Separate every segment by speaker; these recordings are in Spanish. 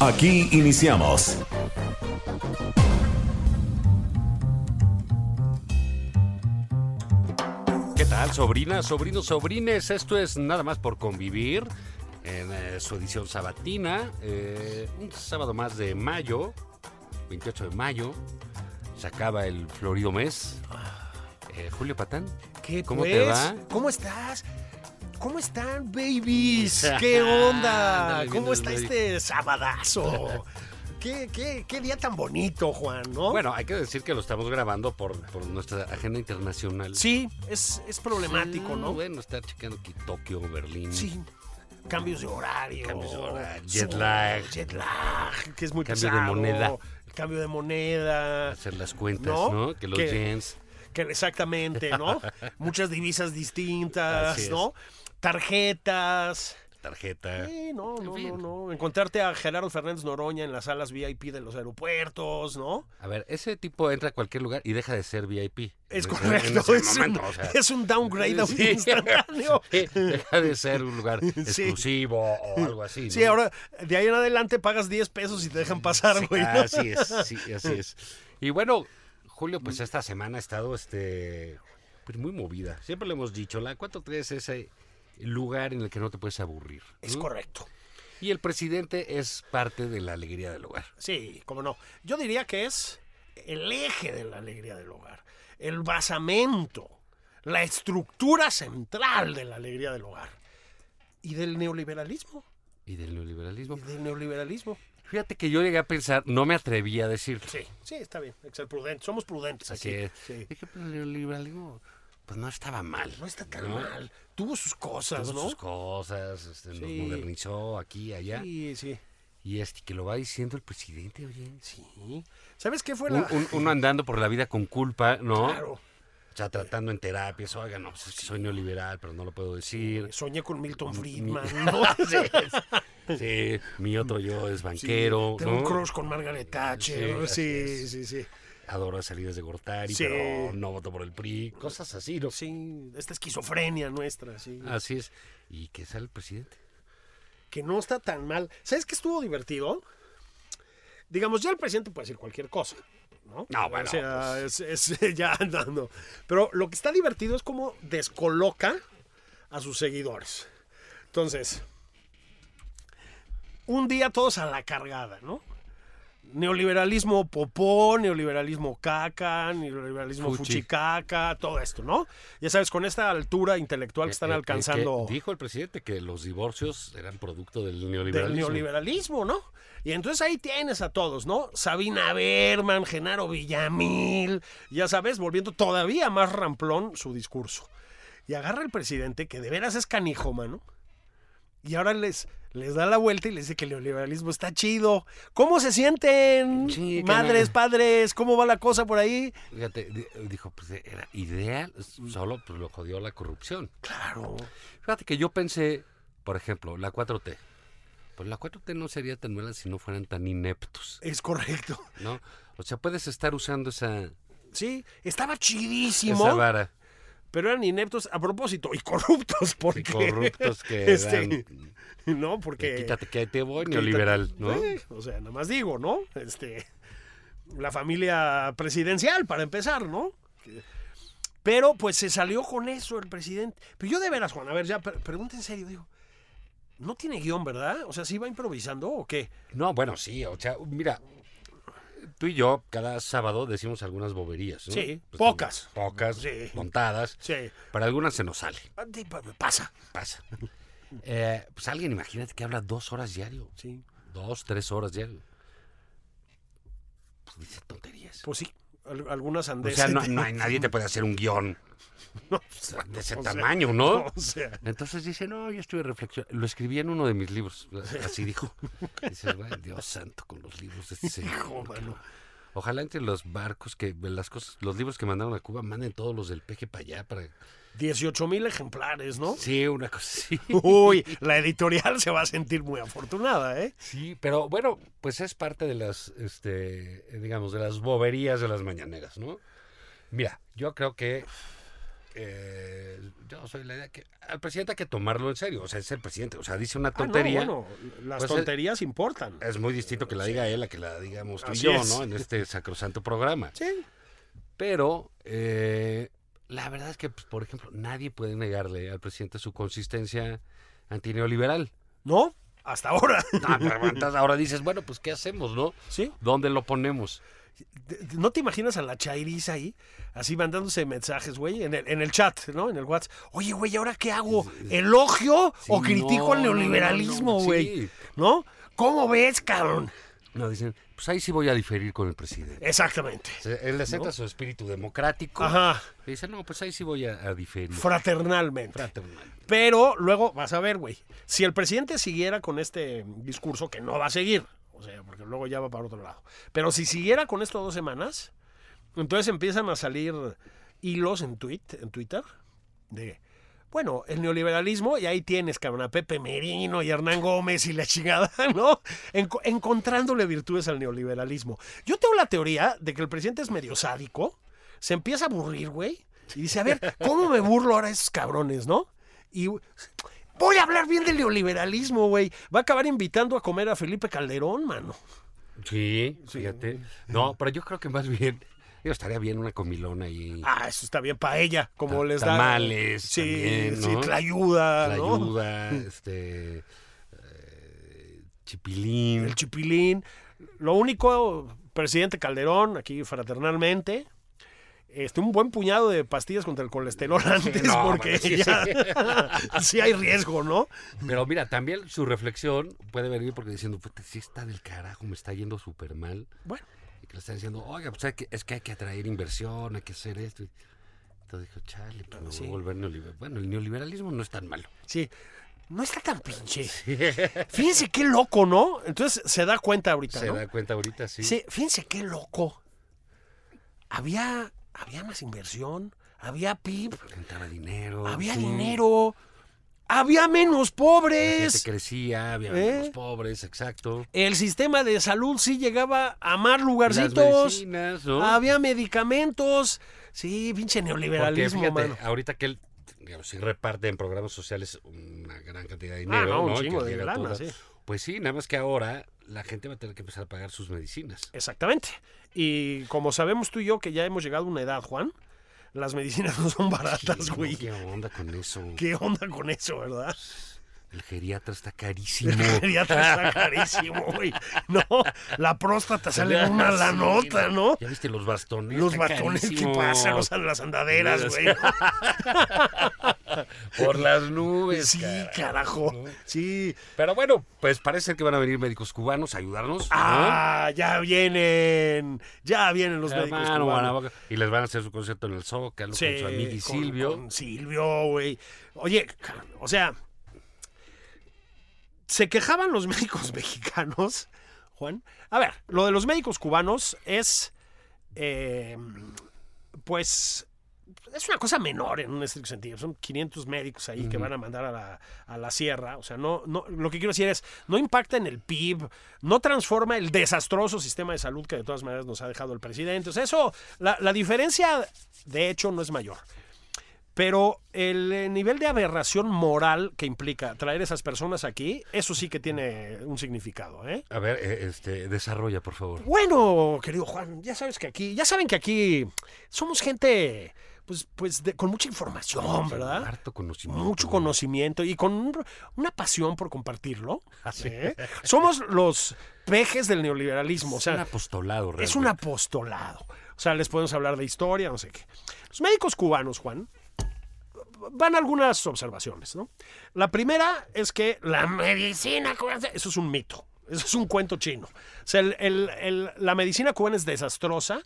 Speaker 1: Aquí iniciamos.
Speaker 2: ¿Qué tal, sobrinas, sobrinos, sobrines? Esto es nada más por convivir en eh, su edición sabatina. eh, un sábado más de mayo, 28 de mayo, se acaba el florido mes. Eh, Julio Patán,
Speaker 3: ¿Qué,
Speaker 2: ¿cómo
Speaker 3: pues?
Speaker 2: te va?
Speaker 3: ¿Cómo estás? ¿Cómo están, babies? ¿Qué onda?
Speaker 2: Ándale, viendo
Speaker 3: ¿Cómo está
Speaker 2: el baby.
Speaker 3: este sabadazo? ¿Qué, qué, qué día tan bonito, Juan, ¿no?
Speaker 2: Bueno, hay que decir que lo estamos grabando por, por nuestra agenda internacional.
Speaker 3: sí, es, es problemático,
Speaker 2: Sí,
Speaker 3: ¿no?
Speaker 2: Bueno, estar checando aquí Tokio, Berlín.
Speaker 3: Sí. Cambios de horario.
Speaker 2: Cambios de horario,
Speaker 3: Sí,
Speaker 2: jet lag.
Speaker 3: Jet lag, que es muy
Speaker 2: Cambio de
Speaker 3: pesado.
Speaker 2: moneda.
Speaker 3: Cambio de moneda.
Speaker 2: Hacer las cuentas, ¿no?
Speaker 3: ¿No?
Speaker 2: Que los
Speaker 3: ¿Qué?
Speaker 2: yens.
Speaker 3: Que exactamente, ¿no? Muchas divisas
Speaker 2: Así es.
Speaker 3: distintas, ¿no? Tarjetas.
Speaker 2: tarjeta.
Speaker 3: Sí, no, no,
Speaker 2: fin.
Speaker 3: no, no. Encontrarte a Gerardo Fernández Noroña en las salas VIP de los aeropuertos, ¿no?
Speaker 2: A ver, ese tipo entra a cualquier lugar y deja de ser VIP.
Speaker 3: Es
Speaker 2: En ese- en
Speaker 3: correcto,
Speaker 2: ese
Speaker 3: es,
Speaker 2: momento,
Speaker 3: un,
Speaker 2: o sea.
Speaker 3: es un downgrade
Speaker 2: Sí.
Speaker 3: instantáneo.
Speaker 2: Sí, deja de ser un lugar exclusivo o algo así. ¿no?
Speaker 3: Sí, ahora de ahí en adelante pagas 10 pesos y te dejan pasar,
Speaker 2: Sí,
Speaker 3: güey. ¿no?
Speaker 2: Así es, sí, así es. Y bueno, Julio, pues esta semana ha estado este pues, muy movida. Siempre lo hemos dicho, la 4-3 es ese lugar en el que no te puedes aburrir.
Speaker 3: Es
Speaker 2: ¿no?
Speaker 3: correcto.
Speaker 2: Y el presidente es parte de la alegría del lugar.
Speaker 3: Sí, cómo no. Yo diría que es el eje de la alegría del hogar, el basamento, la estructura central de la alegría del hogar. Y del neoliberalismo,
Speaker 2: Y del neoliberalismo.
Speaker 3: y del neoliberalismo.
Speaker 2: Fíjate que yo llegué a pensar, no me atreví a decir.
Speaker 3: Sí, sí, está bien, hay que ser prudentes, somos prudentes
Speaker 2: Así
Speaker 3: aquí.
Speaker 2: es.
Speaker 3: Sí.
Speaker 2: Dije, "Pues, pero el neoliberalismo, pues no estaba mal.
Speaker 3: No está tan mal. Tuvo sus cosas,
Speaker 2: Todas
Speaker 3: ¿no?
Speaker 2: sus cosas, este, nos
Speaker 3: Sí.
Speaker 2: modernizó aquí, allá.
Speaker 3: Sí, sí.
Speaker 2: Y este que lo va diciendo el presidente, oye.
Speaker 3: Sí. ¿Sabes qué fue
Speaker 2: Un-
Speaker 3: la.?
Speaker 2: un- uno andando por la vida con culpa, ¿no?
Speaker 3: Claro.
Speaker 2: O sea, tratando en terapias, oiga, no, pues es que soy neoliberal, pero no lo puedo decir.
Speaker 3: Soñé con Milton
Speaker 2: Mi-
Speaker 3: Friedman, ¿no?
Speaker 2: sí, es- sí, mi otro yo es banquero,
Speaker 3: pues, Tengo un
Speaker 2: ¿no?
Speaker 3: crush con Margaret Thatcher.
Speaker 2: Sí, así
Speaker 3: Sí,
Speaker 2: es.
Speaker 3: sí, sí.
Speaker 2: Adoro las salidas de Gortari,
Speaker 3: Sí.
Speaker 2: pero no voto por el PRI, cosas así, ¿no?
Speaker 3: Sí, esta esquizofrenia nuestra, sí.
Speaker 2: Así es. ¿Y qué sale el presidente?
Speaker 3: Que no está tan mal. ¿Sabes qué estuvo divertido? Digamos, ya el presidente puede decir cualquier cosa, ¿no?
Speaker 2: No, bueno, pues.
Speaker 3: O sea, es, es- ya andando. Pero lo que está divertido es cómo descoloca a sus seguidores. Entonces, un día todos a la cargada, ¿no? Neoliberalismo popó, neoliberalismo caca, neoliberalismo
Speaker 2: Fuchi.
Speaker 3: fuchicaca, todo esto, ¿no? Ya sabes, con esta altura intelectual que están
Speaker 2: Eh, eh,
Speaker 3: alcanzando
Speaker 2: que dijo el presidente que los divorcios eran producto del
Speaker 3: del
Speaker 2: neoliberalismo.
Speaker 3: neoliberalismo, ¿no? Y entonces ahí tienes a todos, ¿no? Sabina Berman, Genaro Villamil, ya sabes, volviendo todavía más ramplón su discurso. Y agarra el presidente, que de veras es canijo, mano, y ahora les, les da la vuelta y les dice que el neoliberalismo está chido. ¿Cómo se sienten,
Speaker 2: Sí, que
Speaker 3: madres,
Speaker 2: no.
Speaker 3: padres? ¿Cómo va la cosa por ahí?
Speaker 2: Fíjate, di- dijo, pues era ideal, solo pues, lo jodió la corrupción.
Speaker 3: Claro.
Speaker 2: Fíjate que yo pensé, por ejemplo, la 4T. Pues la 4T no sería tan mala si no fueran tan ineptos,
Speaker 3: Es correcto.
Speaker 2: ¿no? O sea, puedes estar usando esa,
Speaker 3: Sí, estaba chidísimo.
Speaker 2: esa vara
Speaker 3: pero eran ineptos a propósito y corruptos porque
Speaker 2: de corruptos que
Speaker 3: este,
Speaker 2: dan,
Speaker 3: no porque
Speaker 2: quítate que ahí te voy, neoliberal, ¿no?
Speaker 3: Eh, o sea nada más digo no este la familia presidencial para empezar no pero pues se salió con eso el presidente pero yo de veras Juan a ver ya per- pregunta en serio digo no tiene guión verdad o sea sí va improvisando o qué
Speaker 2: No, bueno, sí, o sea, mira, tú y yo cada sábado decimos algunas boberías, ¿no?
Speaker 3: Sí,
Speaker 2: Pues,
Speaker 3: pocas.
Speaker 2: Pocas,
Speaker 3: Sí.
Speaker 2: contadas.
Speaker 3: Sí.
Speaker 2: Para algunas se nos sale,
Speaker 3: Ah, de- pa- pasa
Speaker 2: pasa. Eh, pues alguien, imagínate que habla dos horas diario.
Speaker 3: Sí.
Speaker 2: Dos, tres horas diario. Pues dice tonterías.
Speaker 3: Pues sí, al- algunas
Speaker 2: O
Speaker 3: andeses.
Speaker 2: sea, no, no hay- nadie te puede hacer un guión de ese tamaño, ¿no?
Speaker 3: O sea,
Speaker 2: Entonces dice, no, yo estuve reflexionando. Lo escribí en uno de mis libros, así dijo. Dices, "Ay, Dios santo, con los libros de este señor, porque no". Ojalá entre los barcos que, las cosas, los libros que mandaron a Cuba, manden todos los del peje para allá. Para...
Speaker 3: 18 mil ejemplares, ¿no?
Speaker 2: Sí, una cosa así.
Speaker 3: Uy, la editorial se va a sentir muy afortunada, ¿eh?
Speaker 2: Sí, pero bueno, pues es parte de las, este, digamos, de las boberías de las mañaneras, ¿no? Mira, yo creo que eh, yo soy la idea que al presidente hay que tomarlo en serio, o sea, es el presidente, o sea, dice una
Speaker 3: Ah, no,
Speaker 2: tontería.
Speaker 3: bueno, las
Speaker 2: Pues, eh,
Speaker 3: tonterías importan.
Speaker 2: Es muy distinto que la diga él a que la digamos tú y
Speaker 3: Así
Speaker 2: yo,
Speaker 3: es.
Speaker 2: ¿no? En este sacrosanto programa.
Speaker 3: Sí.
Speaker 2: Pero eh, la verdad es que, pues, por ejemplo, nadie puede negarle al presidente su consistencia antineoliberal.
Speaker 3: ¿No? Hasta ahora.
Speaker 2: Ah, pero entonces ahora dices, bueno, pues, ¿qué hacemos, no?
Speaker 3: Sí.
Speaker 2: ¿Dónde lo ponemos?
Speaker 3: ¿Te- ¿No te imaginas a la Chairis ahí? Así mandándose mensajes, güey, en el, en el chat, ¿no? En el WhatsApp. Oye, güey, ¿ahora qué hago? ¿Elogio o
Speaker 2: Sí,
Speaker 3: critico
Speaker 2: no,
Speaker 3: el
Speaker 2: no,
Speaker 3: neoliberalismo,
Speaker 2: no,
Speaker 3: güey?
Speaker 2: sí.
Speaker 3: ¿No? ¿Cómo ves, cabrón?
Speaker 2: No, dicen, pues ahí sí voy a diferir con el presidente.
Speaker 3: Exactamente.
Speaker 2: Se- Él acepta su espíritu democrático.
Speaker 3: Ajá.
Speaker 2: Y dice, no, pues ahí sí voy a, a diferir.
Speaker 3: Fraternalmente.
Speaker 2: Fraternal.
Speaker 3: Pero luego vas a ver, güey. Si el presidente siguiera con este discurso, que no va a seguir, o sea, porque luego ya va para otro lado. Pero si siguiera con esto dos semanas, entonces empiezan a salir hilos en, tweet, en Twitter de. Bueno, el neoliberalismo, y ahí tienes, cabrón, a Pepe Merino y a Hernán Gómez y la chingada, ¿no? Enco- encontrándole virtudes al neoliberalismo. Yo tengo la teoría de que el presidente es medio sádico, se empieza a aburrir, güey, y dice, a ver, ¿cómo me burlo ahora de esos cabrones, no? Y voy a hablar bien del neoliberalismo, güey. Va a acabar invitando a comer a Felipe Calderón, mano.
Speaker 2: Sí, fíjate. No, pero yo creo que más bien, yo estaría bien una comilona ahí.
Speaker 3: Ah, eso está bien para ella, como
Speaker 2: Ta-
Speaker 3: les da.
Speaker 2: tamales
Speaker 3: Sí,
Speaker 2: también,
Speaker 3: sí,
Speaker 2: ¿no?
Speaker 3: tlayuda,
Speaker 2: la
Speaker 3: ¿no?
Speaker 2: ayuda, este, eh, chipilín.
Speaker 3: El chipilín. Lo único, presidente Calderón, aquí fraternalmente. Este, un buen puñado de pastillas contra el colesterol antes,
Speaker 2: no,
Speaker 3: porque
Speaker 2: bueno, sí,
Speaker 3: ya- sí hay riesgo, ¿no?
Speaker 2: Pero mira, también su reflexión puede venir porque diciendo, puta, sí está del carajo, me está yendo súper mal.
Speaker 3: Bueno,
Speaker 2: Y que le están diciendo, oiga, pues hay que- es que hay que atraer inversión, hay que hacer esto. Y Entonces dijo, chale, pues me voy
Speaker 3: sí.
Speaker 2: a volver neoliberal. Bueno, el neoliberalismo no es tan malo.
Speaker 3: Sí. No está tan pinche. Fíjense qué loco, ¿no? Entonces se da cuenta ahorita,
Speaker 2: Se
Speaker 3: ¿no?
Speaker 2: da cuenta ahorita, sí.
Speaker 3: Sí, fíjense qué loco. Había, había más inversión, había PIB,
Speaker 2: Porque entraba dinero.
Speaker 3: había
Speaker 2: sí.
Speaker 3: dinero, había menos
Speaker 2: La gente
Speaker 3: pobres.
Speaker 2: crecía, había
Speaker 3: ¿Eh?
Speaker 2: los pobres, exacto.
Speaker 3: El sistema de salud sí llegaba a más
Speaker 2: Las
Speaker 3: lugarcitos.
Speaker 2: medicinas, ¿no?
Speaker 3: Había medicamentos. Sí, pinche
Speaker 2: Porque
Speaker 3: neoliberalismo,
Speaker 2: fíjate,
Speaker 3: mano.
Speaker 2: ahorita que él, digamos, sí reparte en programas sociales una gran cantidad de
Speaker 3: Ah,
Speaker 2: dinero,
Speaker 3: no, un
Speaker 2: Y que
Speaker 3: chingo de
Speaker 2: llega a
Speaker 3: lana,
Speaker 2: todas.
Speaker 3: sí.
Speaker 2: Pues sí, nada más que ahora la gente va a tener que empezar a pagar sus medicinas.
Speaker 3: Exactamente. Y como sabemos tú y yo que ya hemos llegado a una edad, Juan, las medicinas no son baratas,
Speaker 2: Sí,
Speaker 3: güey.
Speaker 2: ¿Qué onda con eso?
Speaker 3: ¿Qué onda con eso, verdad?
Speaker 2: El geriatra está carísimo.
Speaker 3: Ya te está carísimo, güey. No, la próstata sale en una
Speaker 2: Sí,
Speaker 3: lanota, ¿no?
Speaker 2: Ya viste los bastones.
Speaker 3: Los
Speaker 2: está
Speaker 3: batones que
Speaker 2: carísimo.
Speaker 3: pasan, o sea, las andaderas, güey.
Speaker 2: Por las nubes.
Speaker 3: Sí,
Speaker 2: caray.
Speaker 3: carajo. Sí.
Speaker 2: Pero bueno, pues parece que van a venir médicos cubanos a ayudarnos. ¿no?
Speaker 3: Ah, ya vienen. Ya vienen los médicos
Speaker 2: Hermano,
Speaker 3: cubanos.
Speaker 2: Guanabaco. Y les van a hacer su concierto en el Zócalo
Speaker 3: Sí,
Speaker 2: con su amigo y
Speaker 3: con-
Speaker 2: Silvio.
Speaker 3: con Silvio, güey. Oye, cabrón, o sea, se quejaban los médicos mexicanos, Juan. A ver, lo de los médicos cubanos es, eh, pues, es una cosa menor en un estricto sentido. Son 500 médicos ahí que van a mandar a la, a la sierra. O sea, no, no, lo que quiero decir es, no impacta en el PIB, no transforma el desastroso sistema de salud que de todas maneras nos ha dejado el presidente. O sea, eso, la, la diferencia, de hecho, no es mayor. Pero el eh, nivel de aberración moral que implica traer esas personas aquí, eso sí que tiene un significado, ¿eh?
Speaker 2: A ver, eh, este, desarrolla, por favor.
Speaker 3: Bueno, querido Juan, ya sabes que aquí, ya saben que aquí somos gente, pues, pues, de- con mucha información, ¿verdad?
Speaker 2: Harto conocimiento.
Speaker 3: mucho conocimiento y con un- una pasión por compartirlo. ¿eh? Somos los pejes del neoliberalismo. O
Speaker 2: Es un
Speaker 3: sea,
Speaker 2: apostolado,
Speaker 3: es
Speaker 2: realmente.
Speaker 3: un apostolado. O sea, les podemos hablar de historia, no sé qué. Los médicos cubanos, Juan, van algunas observaciones, ¿no? La primera es que la medicina cubana, eso es un mito, eso es un cuento chino. O sea, el- el- el- la medicina cubana es desastrosa.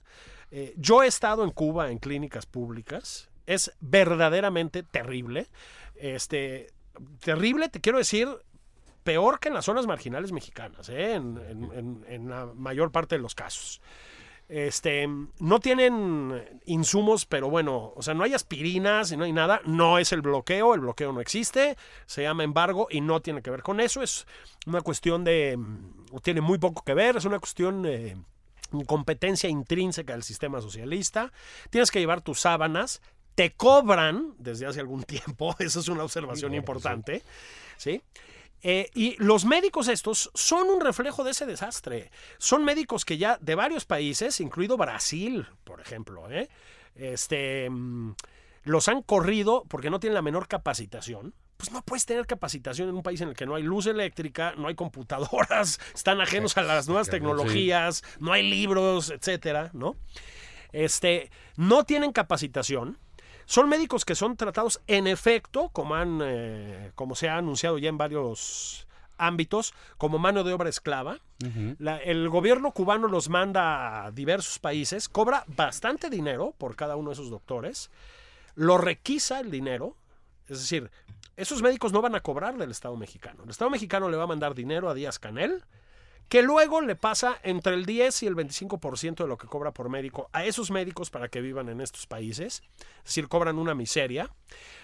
Speaker 3: Eh, yo he estado en Cuba en clínicas públicas, es verdaderamente terrible. Este, terrible, te quiero decir, peor que en las zonas marginales mexicanas, ¿eh? en, en- en- en la mayor parte de los casos. Este, no tienen insumos, pero bueno, o sea, no hay aspirinas y no hay nada. No es el bloqueo, el bloqueo no existe, se llama embargo y no tiene que ver con eso. Es una cuestión de, mm, o tiene muy poco que ver, es una cuestión de competencia intrínseca del sistema socialista. Tienes que llevar tus sábanas, te cobran desde hace algún tiempo, esa es una observación importante, ¿sí? Eh, y los médicos estos son un reflejo de ese desastre. Son médicos que ya de varios países, incluido Brasil, por ejemplo, ¿eh? este, mm, los han corrido porque no tienen la menor capacitación. Pues no puedes tener capacitación en un país en el que no hay luz eléctrica, no hay computadoras, están ajenos a las nuevas tecnologías, no hay libros, etcétera, ¿no? Este, no tienen capacitación. Son médicos que son tratados en efecto, como, han, eh, como se ha anunciado ya en varios ámbitos, como mano de obra esclava. La- el gobierno cubano los manda a diversos países, cobra bastante dinero por cada uno de esos doctores, lo requisa el dinero, es decir, esos médicos no van a cobrar del Estado mexicano. El Estado mexicano le va a mandar dinero a Díaz Canel, que luego le pasa entre el 10 y el 25% de lo que cobra por médico a esos médicos para que vivan en estos países. Es decir, cobran una miseria.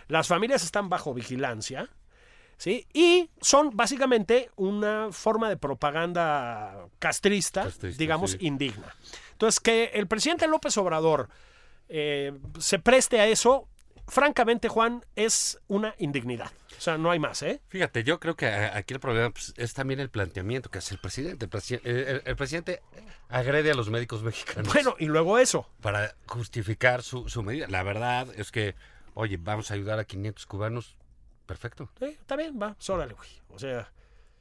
Speaker 3: Las familias están bajo vigilancia. ¿sí? Y son básicamente una forma de propaganda castrista,
Speaker 2: Castrista,
Speaker 3: digamos,
Speaker 2: sí.
Speaker 3: indigna. Entonces, que el presidente López Obrador eh, se preste a eso, francamente, Juan, es una indignidad. O sea, no hay más, ¿eh?
Speaker 2: Fíjate, yo creo que a- aquí el problema pues, es también el planteamiento que hace el presidente. El, presi- el- el- el presidente agrede a los médicos mexicanos
Speaker 3: Bueno, y luego eso.
Speaker 2: para justificar su, su medida. La verdad es que, oye, vamos a ayudar a 500 cubanos. Perfecto.
Speaker 3: Sí, está bien, va, pues, órale, güey. O sea,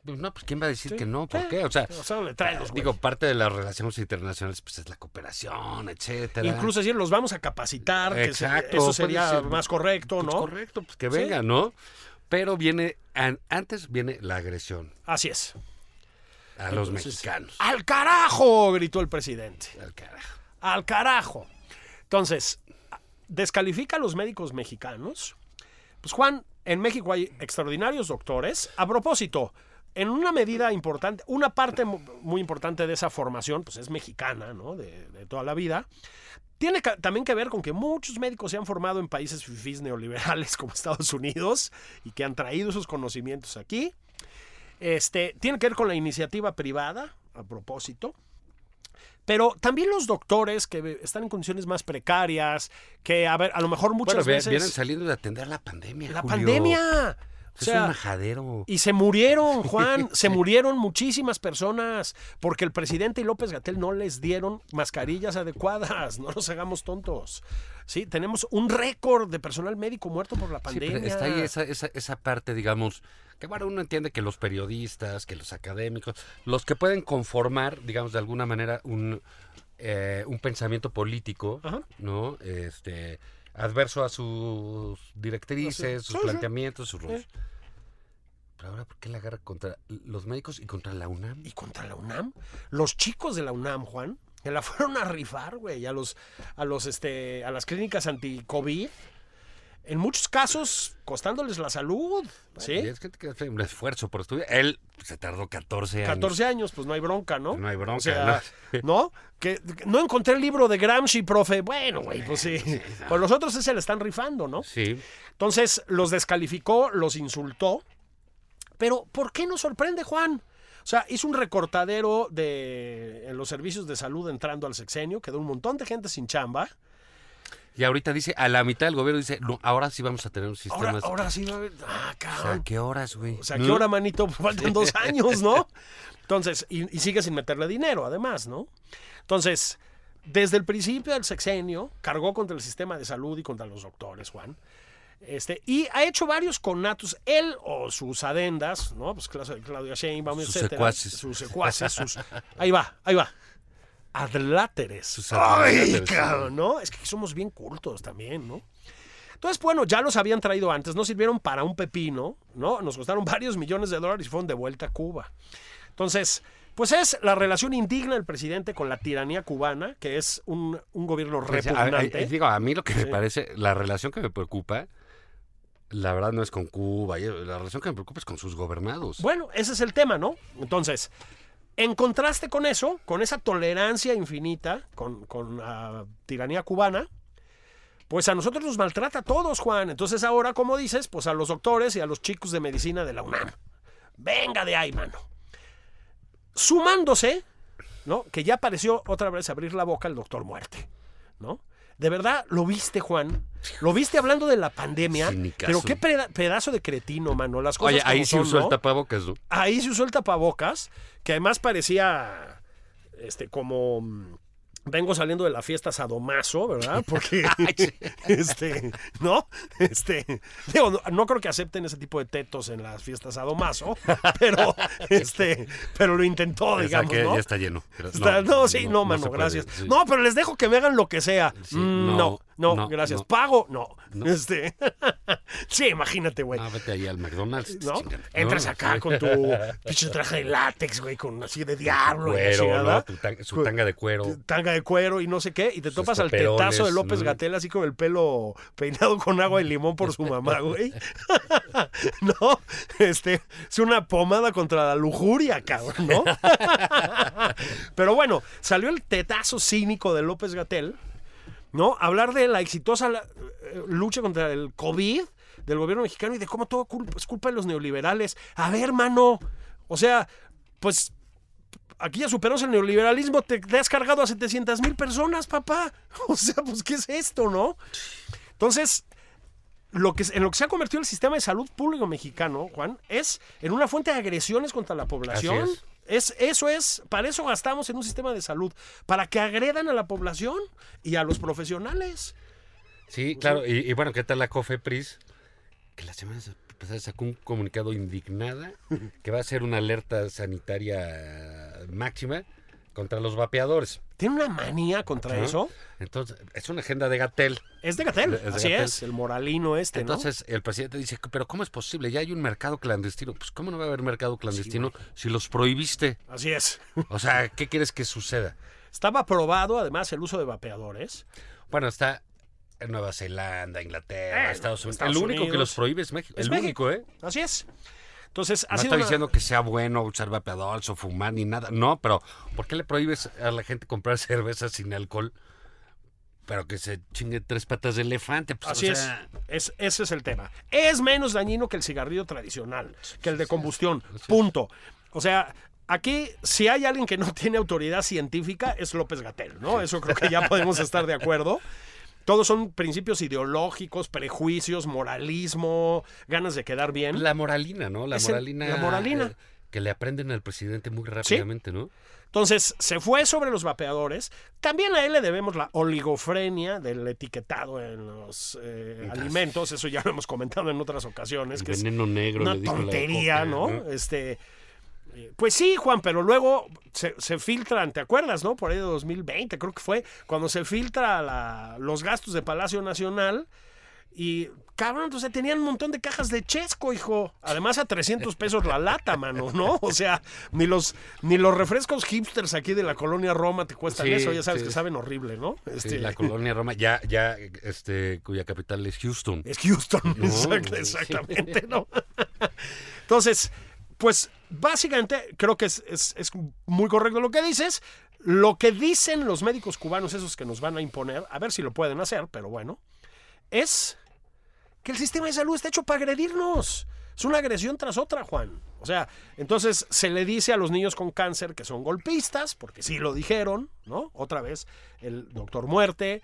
Speaker 2: No, pues ¿quién va a decir
Speaker 3: Sí.
Speaker 2: que no? ¿Por
Speaker 3: Sí.
Speaker 2: qué? O sea,
Speaker 3: O sea, le traen los
Speaker 2: digo,
Speaker 3: güey.
Speaker 2: parte de las relaciones internacionales pues es la cooperación, etcétera.
Speaker 3: incluso decir, los vamos a capacitar, que se-
Speaker 2: Exacto,
Speaker 3: eso
Speaker 2: puede
Speaker 3: sería
Speaker 2: ser.
Speaker 3: más correcto,
Speaker 2: Pues,
Speaker 3: ¿no?
Speaker 2: correcto, pues que venga, ¿no? Pero viene, an- antes viene la agresión
Speaker 3: Así es.
Speaker 2: a los
Speaker 3: Entonces,
Speaker 2: mexicanos.
Speaker 3: ¡Al carajo! gritó el presidente.
Speaker 2: Al carajo.
Speaker 3: al carajo. Entonces, descalifica a los médicos mexicanos. Pues Juan, en México hay extraordinarios doctores. A propósito, en una medida importante, una parte mu- muy importante de esa formación, pues es mexicana, ¿no? De, de toda la vida. Tiene ca- también que ver con que muchos médicos se han formado en países fifís neoliberales como Estados Unidos y que han traído sus conocimientos aquí. Este, tiene que ver con la iniciativa privada, a propósito. Pero también los doctores que están en condiciones más precarias, que a ver, a lo mejor muchas
Speaker 2: Bueno, ve-
Speaker 3: veces
Speaker 2: vienen saliendo de atender la pandemia.
Speaker 3: la
Speaker 2: Julio.
Speaker 3: pandemia. O
Speaker 2: Es
Speaker 3: sea,
Speaker 2: un majadero.
Speaker 3: y se murieron, Juan, se murieron muchísimas personas porque el presidente y López Gatel no les dieron mascarillas adecuadas. No nos hagamos tontos. Sí, tenemos un récord de personal médico muerto por la
Speaker 2: Sí, pero
Speaker 3: pandemia.
Speaker 2: está ahí esa, esa, esa parte, digamos, que bueno, uno entiende que los periodistas, que los académicos, los que pueden conformar, digamos, de alguna manera un, eh, un pensamiento político,
Speaker 3: Ajá.
Speaker 2: ¿no? Este, adverso a sus directrices, sus
Speaker 3: Sí, sí.
Speaker 2: planteamientos, sus rumbos. Pero ahora, ¿por qué la guerra contra los médicos y contra la UNAM?
Speaker 3: y contra la UNAM. Los chicos de la UNAM, Juan, que la fueron a rifar, güey, a los, a los, este, a las clínicas anti-COVID. En muchos casos, costándoles la salud.
Speaker 2: Y
Speaker 3: ¿Sí?
Speaker 2: es gente que hace un esfuerzo por estudiar. Él se tardó 14 años.
Speaker 3: 14 años, pues no hay bronca, ¿no?
Speaker 2: No hay bronca,
Speaker 3: O sea, ¿no? Que no encontré el libro de Gramsci, profe. Bueno, güey, pues sí. Pues los otros sí se le están rifando, ¿no?
Speaker 2: Sí.
Speaker 3: Entonces los descalificó, los insultó. Pero ¿por qué nos sorprende Juan? O sea, hizo un recortadero de en los servicios de salud entrando al sexenio, quedó un montón de gente sin chamba.
Speaker 2: Y ahorita dice, a la mitad del gobierno dice, no, ahora sí vamos a tener un sistema.
Speaker 3: Ahora, ahora sí va a haber. Ah,
Speaker 2: O sea,
Speaker 3: cabrón.
Speaker 2: ¿qué horas, güey?
Speaker 3: O sea, ¿qué hora, manito? Faltan dos años, ¿no? Entonces, y, y sigue sin meterle dinero, además, ¿no? Entonces, desde el principio del sexenio, cargó contra el sistema de salud y contra los doctores, Juan. Este, y ha hecho varios conatos, él o sus adendas, ¿no? Pues Cla- Claudia Sheinbaum,
Speaker 2: Sus
Speaker 3: etcétera.
Speaker 2: secuaces.
Speaker 3: Sus secuaces, sus... Ahí va, ahí va. Adláteres.
Speaker 2: Sus adláteres,
Speaker 3: Ay, cabrón, ¿no? Es que aquí somos bien cultos también, ¿no? Entonces, bueno, ya los habían traído antes, no sirvieron para un pepino, ¿no? Nos costaron varios millones de dólares y fueron de vuelta a Cuba. Entonces, pues es la relación indigna del presidente con la tiranía cubana, que es un, un gobierno
Speaker 2: Pues, a-
Speaker 3: repugnante.
Speaker 2: a- digo, a mí lo que me parece, la relación que me preocupa, la verdad no es con Cuba, y la relación que me preocupa es con sus gobernados.
Speaker 3: Bueno, ese es el tema, ¿no? Entonces, en contraste con eso, con esa tolerancia infinita, con, con la tiranía cubana, pues a nosotros nos maltrata a todos, Juan. Entonces ahora, como dices, pues a los doctores y a los chicos de medicina de la UNAM. Venga de ahí, mano. Sumándose, ¿no? Que ya pareció otra vez abrir la boca el doctor muerte, ¿no? De verdad, lo viste, Juan. Lo viste hablando de la pandemia.
Speaker 2: Sí, ni caso.
Speaker 3: pero qué peda- pedazo de cretino, mano. Las cosas
Speaker 2: Oye, ahí
Speaker 3: como
Speaker 2: sí
Speaker 3: son,
Speaker 2: usó
Speaker 3: ¿no?
Speaker 2: el tapabocas, ¿no?
Speaker 3: ahí se usó el tapabocas, que además parecía este como mm, vengo saliendo de la fiesta sadomaso, ¿verdad? Porque este, ¿no? Este, digo, no, no creo que acepten ese tipo de tetos en las fiestas sadomaso, pero este, pero lo intentó,
Speaker 2: O sea,
Speaker 3: digamos,
Speaker 2: que
Speaker 3: ¿no?
Speaker 2: ya está lleno. Pero-
Speaker 3: Está- no, sí, no, mano,
Speaker 2: se puede,
Speaker 3: gracias.
Speaker 2: sí.
Speaker 3: No, pero les dejo que me hagan lo que sea.
Speaker 2: Sí,
Speaker 3: Mm,
Speaker 2: no,
Speaker 3: no, no,
Speaker 2: no,
Speaker 3: gracias.
Speaker 2: no.
Speaker 3: Pago, no. Este. sí, imagínate, güey.
Speaker 2: Ah, vete ahí al McDonald's.
Speaker 3: ¿no?
Speaker 2: chingada.
Speaker 3: Entras
Speaker 2: No,
Speaker 3: acá
Speaker 2: sí.
Speaker 3: con tu pinche traje de látex, güey, con así de diablo y la
Speaker 2: Cuero,
Speaker 3: chingada,
Speaker 2: ¿no? Tu tan- su tanga de cuero.
Speaker 3: tanga de cuero y no sé qué, y te topas al
Speaker 2: taperones,
Speaker 3: tetazo de López
Speaker 2: ¿no?
Speaker 3: Gatel así con el pelo peinado con agua de limón por su mamá, güey. no, este, es una pomada contra la lujuria, cabrón, ¿no? Pero bueno, salió el tetazo cínico de López Gatel, ¿no? Hablar de la exitosa la- eh, lucha contra el COVID del gobierno mexicano y de cómo todo culp- es culpa de los neoliberales. A ver, mano, o sea, pues aquí ya superamos el neoliberalismo, te, te has cargado a 700 mil personas, papá. O sea, pues, ¿qué es esto, no? Entonces, lo que, es- en lo que se ha convertido el sistema de salud público mexicano, Juan, es en una fuente de agresiones contra la población.
Speaker 2: Así
Speaker 3: Es, eso es, para eso gastamos en un sistema de salud, para que agredan a la población y a los profesionales.
Speaker 2: Sí,
Speaker 3: pues,
Speaker 2: claro. Y, y bueno, ¿qué tal la COFEPRIS? Que la semana pasada sacó un comunicado indignada que va a ser una alerta sanitaria máxima contra los vapeadores.
Speaker 3: Tiene una manía contra
Speaker 2: ¿no?
Speaker 3: eso.
Speaker 2: Entonces, es una agenda de Gatel.
Speaker 3: Es de Gatel,
Speaker 2: Es de
Speaker 3: así
Speaker 2: Gatell.
Speaker 3: es, el moralino este, ¿no?
Speaker 2: Entonces, el presidente dice, pero ¿cómo es posible? Ya hay un mercado clandestino. Pues, ¿cómo no va a haber mercado clandestino si los prohibiste?
Speaker 3: Así es.
Speaker 2: O sea, ¿qué quieres que suceda?
Speaker 3: Estaba aprobado además el uso de vapeadores.
Speaker 2: Bueno, está en Nueva Zelanda, Inglaterra,
Speaker 3: Eh,
Speaker 2: Estados Unidos.
Speaker 3: Estados
Speaker 2: el único que
Speaker 3: Unidos.
Speaker 2: los prohíbe es México.
Speaker 3: Es
Speaker 2: el
Speaker 3: México.
Speaker 2: único, ¿eh?
Speaker 3: Así es. Entonces, ha
Speaker 2: No
Speaker 3: sido
Speaker 2: estoy
Speaker 3: una-
Speaker 2: diciendo que sea bueno usar vapeadores o fumar ni nada. No, pero ¿por qué le prohíbes a la gente comprar cerveza sin alcohol? Pero que se chingue tres patas de elefante. Pues,
Speaker 3: Así
Speaker 2: o sea,
Speaker 3: es. es. Ese es el tema. Es menos dañino que el cigarrillo tradicional, que el de combustión. Punto. O sea, aquí, si hay alguien que no tiene autoridad científica, es López Gatel, ¿no? Eso creo que ya podemos estar de acuerdo. Todos son principios ideológicos, prejuicios, moralismo, ganas de quedar bien.
Speaker 2: La moralina, ¿no? La
Speaker 3: Es el-
Speaker 2: moralina.
Speaker 3: la moralina.
Speaker 2: eh, que le aprenden al presidente muy rápidamente, ¿no?
Speaker 3: Entonces, se fue sobre los vapeadores. También a él le debemos la oligofrenia del etiquetado en los eh, alimentos. Eso ya lo hemos comentado en otras ocasiones.
Speaker 2: El
Speaker 3: que es-
Speaker 2: veneno negro.
Speaker 3: una
Speaker 2: le dijo la
Speaker 3: tontería,
Speaker 2: coca,
Speaker 3: ¿no? Este, eh, pues sí, Juan, pero luego se, se filtran, ¿te acuerdas, no? Por ahí de 2020, creo que fue, cuando se filtra la- los gastos de Palacio Nacional y, cabrón, entonces tenían un montón de cajas de chesco, hijo. Además a 300 pesos la lata, mano, ¿no? O sea, ni los, ni los refrescos hipsters aquí de la colonia Roma te cuestan
Speaker 2: Sí,
Speaker 3: eso, ya sabes
Speaker 2: sí.
Speaker 3: que saben horrible, ¿no?
Speaker 2: Sí,
Speaker 3: Este,
Speaker 2: la colonia Roma, ya, ya, este, cuya capital es Houston.
Speaker 3: Es Houston, Oh,
Speaker 2: No,
Speaker 3: exact-
Speaker 2: sí.
Speaker 3: exactamente, ¿no? Entonces, pues básicamente creo que es, es- es muy correcto lo que dices. Lo que dicen los médicos cubanos, esos que nos van a imponer, a ver si lo pueden hacer, pero bueno, es que el sistema de salud está hecho para agredirnos. Es una agresión tras otra, Juan. O sea, entonces se le dice a los niños con cáncer que son golpistas, porque sí lo dijeron, ¿no? Otra vez el doctor muerte,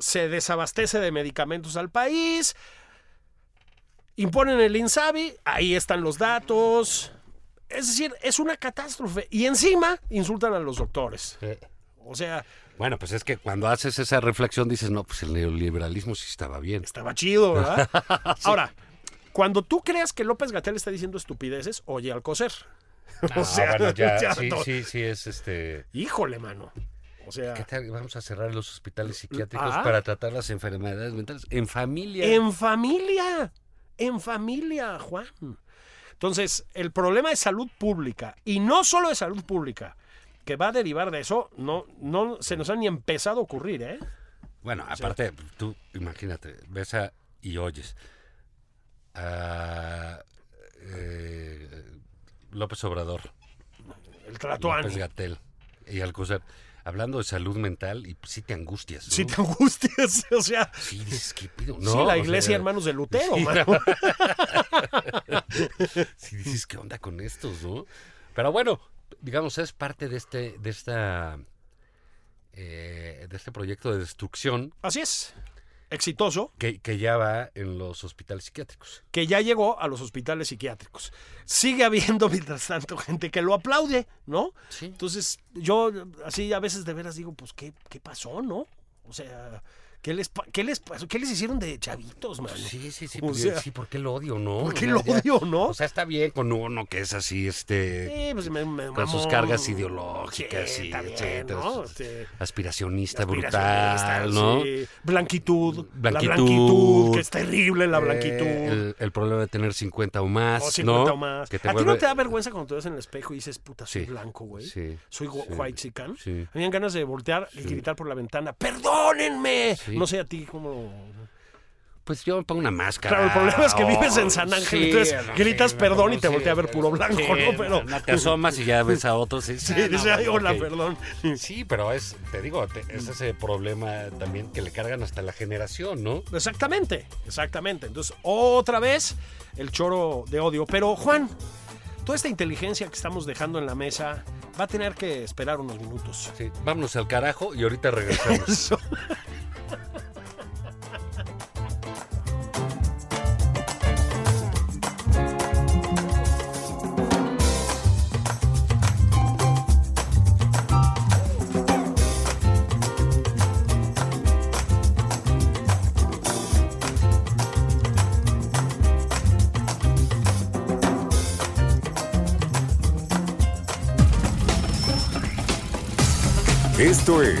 Speaker 3: se desabastece de medicamentos al país, imponen el INSABI, ahí están los datos. Es decir, es una catástrofe. Y encima insultan a los doctores.
Speaker 2: Eh,
Speaker 3: O sea,
Speaker 2: Bueno, pues es que cuando haces esa reflexión dices, no, pues el neoliberalismo sí estaba bien.
Speaker 3: estaba chido, ¿verdad? Ahora, cuando tú creas que López Gatel está diciendo estupideces, oye al coser.
Speaker 2: Ah, bueno, ya, sí,
Speaker 3: no.
Speaker 2: sí, sí, es este...
Speaker 3: Híjole, mano. O O sea,
Speaker 2: ¿Qué tal? Vamos a cerrar los hospitales psiquiátricos
Speaker 3: Ah.
Speaker 2: para tratar las enfermedades mentales. En familia.
Speaker 3: en familia, en familia, Juan. Entonces, el problema de salud pública, y no solo de salud pública, que va a derivar de eso, no, no se nos ha ni empezado a ocurrir, ¿eh?
Speaker 2: Bueno, aparte, tú imagínate, ves a, y oyes a eh, López Obrador,
Speaker 3: El
Speaker 2: López
Speaker 3: tratoani.
Speaker 2: Gatel y Alcocer hablando de salud mental y sí te angustias. ¿no?
Speaker 3: Si te angustias, o sea,
Speaker 2: Sí, dices, ¿qué pido?
Speaker 3: sí,
Speaker 2: No, o
Speaker 3: la iglesia
Speaker 2: sea,
Speaker 3: hermanos de Lutero,
Speaker 2: sí,
Speaker 3: mano.
Speaker 2: sí dices, ¿qué onda con estos, no? Pero bueno, digamos, es parte de este, de esta, eh, de este proyecto de destrucción
Speaker 3: Así es. Exitoso,
Speaker 2: que, que ya va en los hospitales psiquiátricos.
Speaker 3: que ya llegó a los hospitales psiquiátricos. Sigue habiendo, mientras tanto, gente que lo aplaude, ¿no?
Speaker 2: Sí.
Speaker 3: Entonces, yo así a veces de veras digo, pues, ¿qué, qué pasó, no? O sea, ¿qué les, pa- qué les pasó? ¿Qué les hicieron de chavitos, mano?
Speaker 2: Sí, sí, sí,
Speaker 3: O
Speaker 2: pues,
Speaker 3: sea,
Speaker 2: sí, ¿por qué lo odio, no?
Speaker 3: ¿Por qué
Speaker 2: Ya-
Speaker 3: lo
Speaker 2: ya-
Speaker 3: odio, no?
Speaker 2: O sea, está bien con uno que es así, este,
Speaker 3: Sí, pues, me- me
Speaker 2: con sus
Speaker 3: mamó.
Speaker 2: cargas ideológicas
Speaker 3: Sí,
Speaker 2: y
Speaker 3: está bien,
Speaker 2: etcétera,
Speaker 3: ¿no?
Speaker 2: sus-
Speaker 3: Este,
Speaker 2: aspiracionista,
Speaker 3: aspiracionista,
Speaker 2: brutal, ¿no?
Speaker 3: sí. Blanquitud, La
Speaker 2: Blanquitud.
Speaker 3: blanquitud, que es terrible la
Speaker 2: Eh,
Speaker 3: blanquitud.
Speaker 2: el, el problema de tener 50 o más,
Speaker 3: o 50
Speaker 2: ¿no?
Speaker 3: o más.
Speaker 2: Que
Speaker 3: ¿A ti no
Speaker 2: vuelve-
Speaker 3: te da vergüenza cuando te ves en el espejo y dices, puta, soy
Speaker 2: Sí,
Speaker 3: blanco, güey?
Speaker 2: sí,
Speaker 3: Soy
Speaker 2: sí,
Speaker 3: white chican.
Speaker 2: sí.
Speaker 3: A mí me dan ganas de voltear y gritar por la ventana, ¡perdónenme!
Speaker 2: Sí.
Speaker 3: No sé a ti cómo...
Speaker 2: Pues yo me pongo una máscara.
Speaker 3: Claro, el problema es que vives en San
Speaker 2: Oh,
Speaker 3: Ángel,
Speaker 2: sí,
Speaker 3: entonces
Speaker 2: no,
Speaker 3: gritas
Speaker 2: sí,
Speaker 3: perdón
Speaker 2: no,
Speaker 3: y te
Speaker 2: sí,
Speaker 3: voltea a ver puro blanco,
Speaker 2: sí,
Speaker 3: ¿no? Pero...
Speaker 2: no, Te asomas y ya ves a otros. y-
Speaker 3: Sí,
Speaker 2: ah, no,
Speaker 3: dice, "Ay,
Speaker 2: bueno,
Speaker 3: hola,
Speaker 2: ok".
Speaker 3: perdón.
Speaker 2: Sí, pero es, te digo, te- es ese problema también que le cargan hasta la generación, ¿no?
Speaker 3: Exactamente, exactamente. Entonces, otra vez el choro de odio. Pero, Juan, toda esta inteligencia que estamos dejando en la mesa va a tener que esperar unos minutos.
Speaker 2: Sí, vámonos al carajo y ahorita regresamos.
Speaker 3: Eso.
Speaker 1: Esto es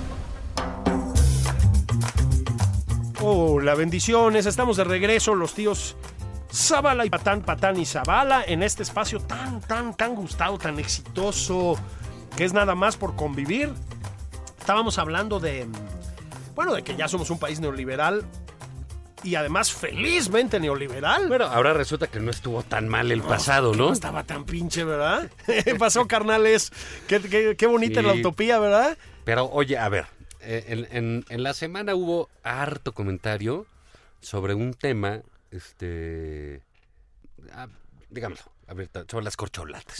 Speaker 3: Hola, bendiciones. Estamos de regreso, los tíos Zabala y Patán, Patán y Zabala, en este espacio tan, tan, tan gustado, tan exitoso, que es nada más por convivir. Estábamos hablando de, mm, bueno, de que ya somos un país neoliberal y además felizmente neoliberal.
Speaker 2: Bueno, ahora resulta que no estuvo tan mal el pasado,
Speaker 3: No
Speaker 2: ¿no?
Speaker 3: estaba tan pinche, ¿verdad? Pasó, carnales. Qué, qué- qué bonita
Speaker 2: Sí.
Speaker 3: la utopía, ¿verdad?
Speaker 2: Pero oye, a ver, eh, en, en- en la semana hubo harto comentario sobre un tema, este, ah, digámoslo, a ver, sobre las corcholatas.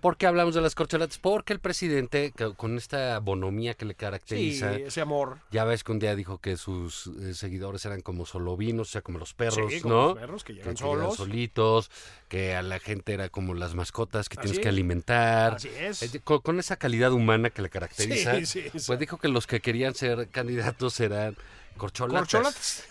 Speaker 2: ¿Por qué hablamos de las corcholatas? Porque el presidente, co- con esta bonomía que le
Speaker 3: Sí,
Speaker 2: caracteriza,
Speaker 3: ese amor.
Speaker 2: ya ves que un día dijo que sus eh, seguidores eran como solovinos, o sea, como los perros,
Speaker 3: Sí, como
Speaker 2: ¿no?
Speaker 3: los perros que llegan
Speaker 2: llegan
Speaker 3: solos.
Speaker 2: solitos, que a la gente era como las mascotas que tienes
Speaker 3: Así
Speaker 2: que
Speaker 3: es.
Speaker 2: alimentar.
Speaker 3: Así es.
Speaker 2: Eh, Con, con esa calidad humana que le caracteriza,
Speaker 3: Sí, sí, sí.
Speaker 2: pues dijo que los que querían ser candidatos eran corcholatas.
Speaker 3: Corcholatas.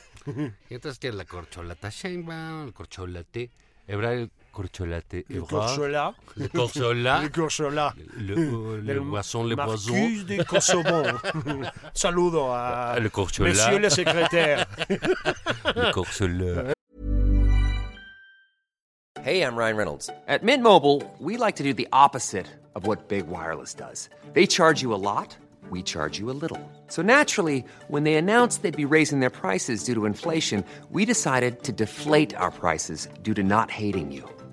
Speaker 2: Y entonces tiene la corcholata Sheinbaum, el corcholate, Ebrar el corcholate,
Speaker 3: El
Speaker 2: Ebrard,
Speaker 3: corchola.
Speaker 2: el corchola,
Speaker 3: El corchola.
Speaker 2: Ah. le, le
Speaker 3: del
Speaker 2: boisson, le
Speaker 3: Marcus
Speaker 2: boisson.
Speaker 3: de Kosovo. Un Saludo a
Speaker 2: Ah, Le corchola.
Speaker 3: Monsieur le secrétaire.
Speaker 2: el corchola.
Speaker 4: Hey, I'm Ryan Reynolds. At Mint Mobile, we like to do the opposite of what Big Wireless does. They charge you a lot, we charge you a little. So naturally, when they announced they'd be raising their prices due to inflation, we decided to deflate our prices due to not hating you.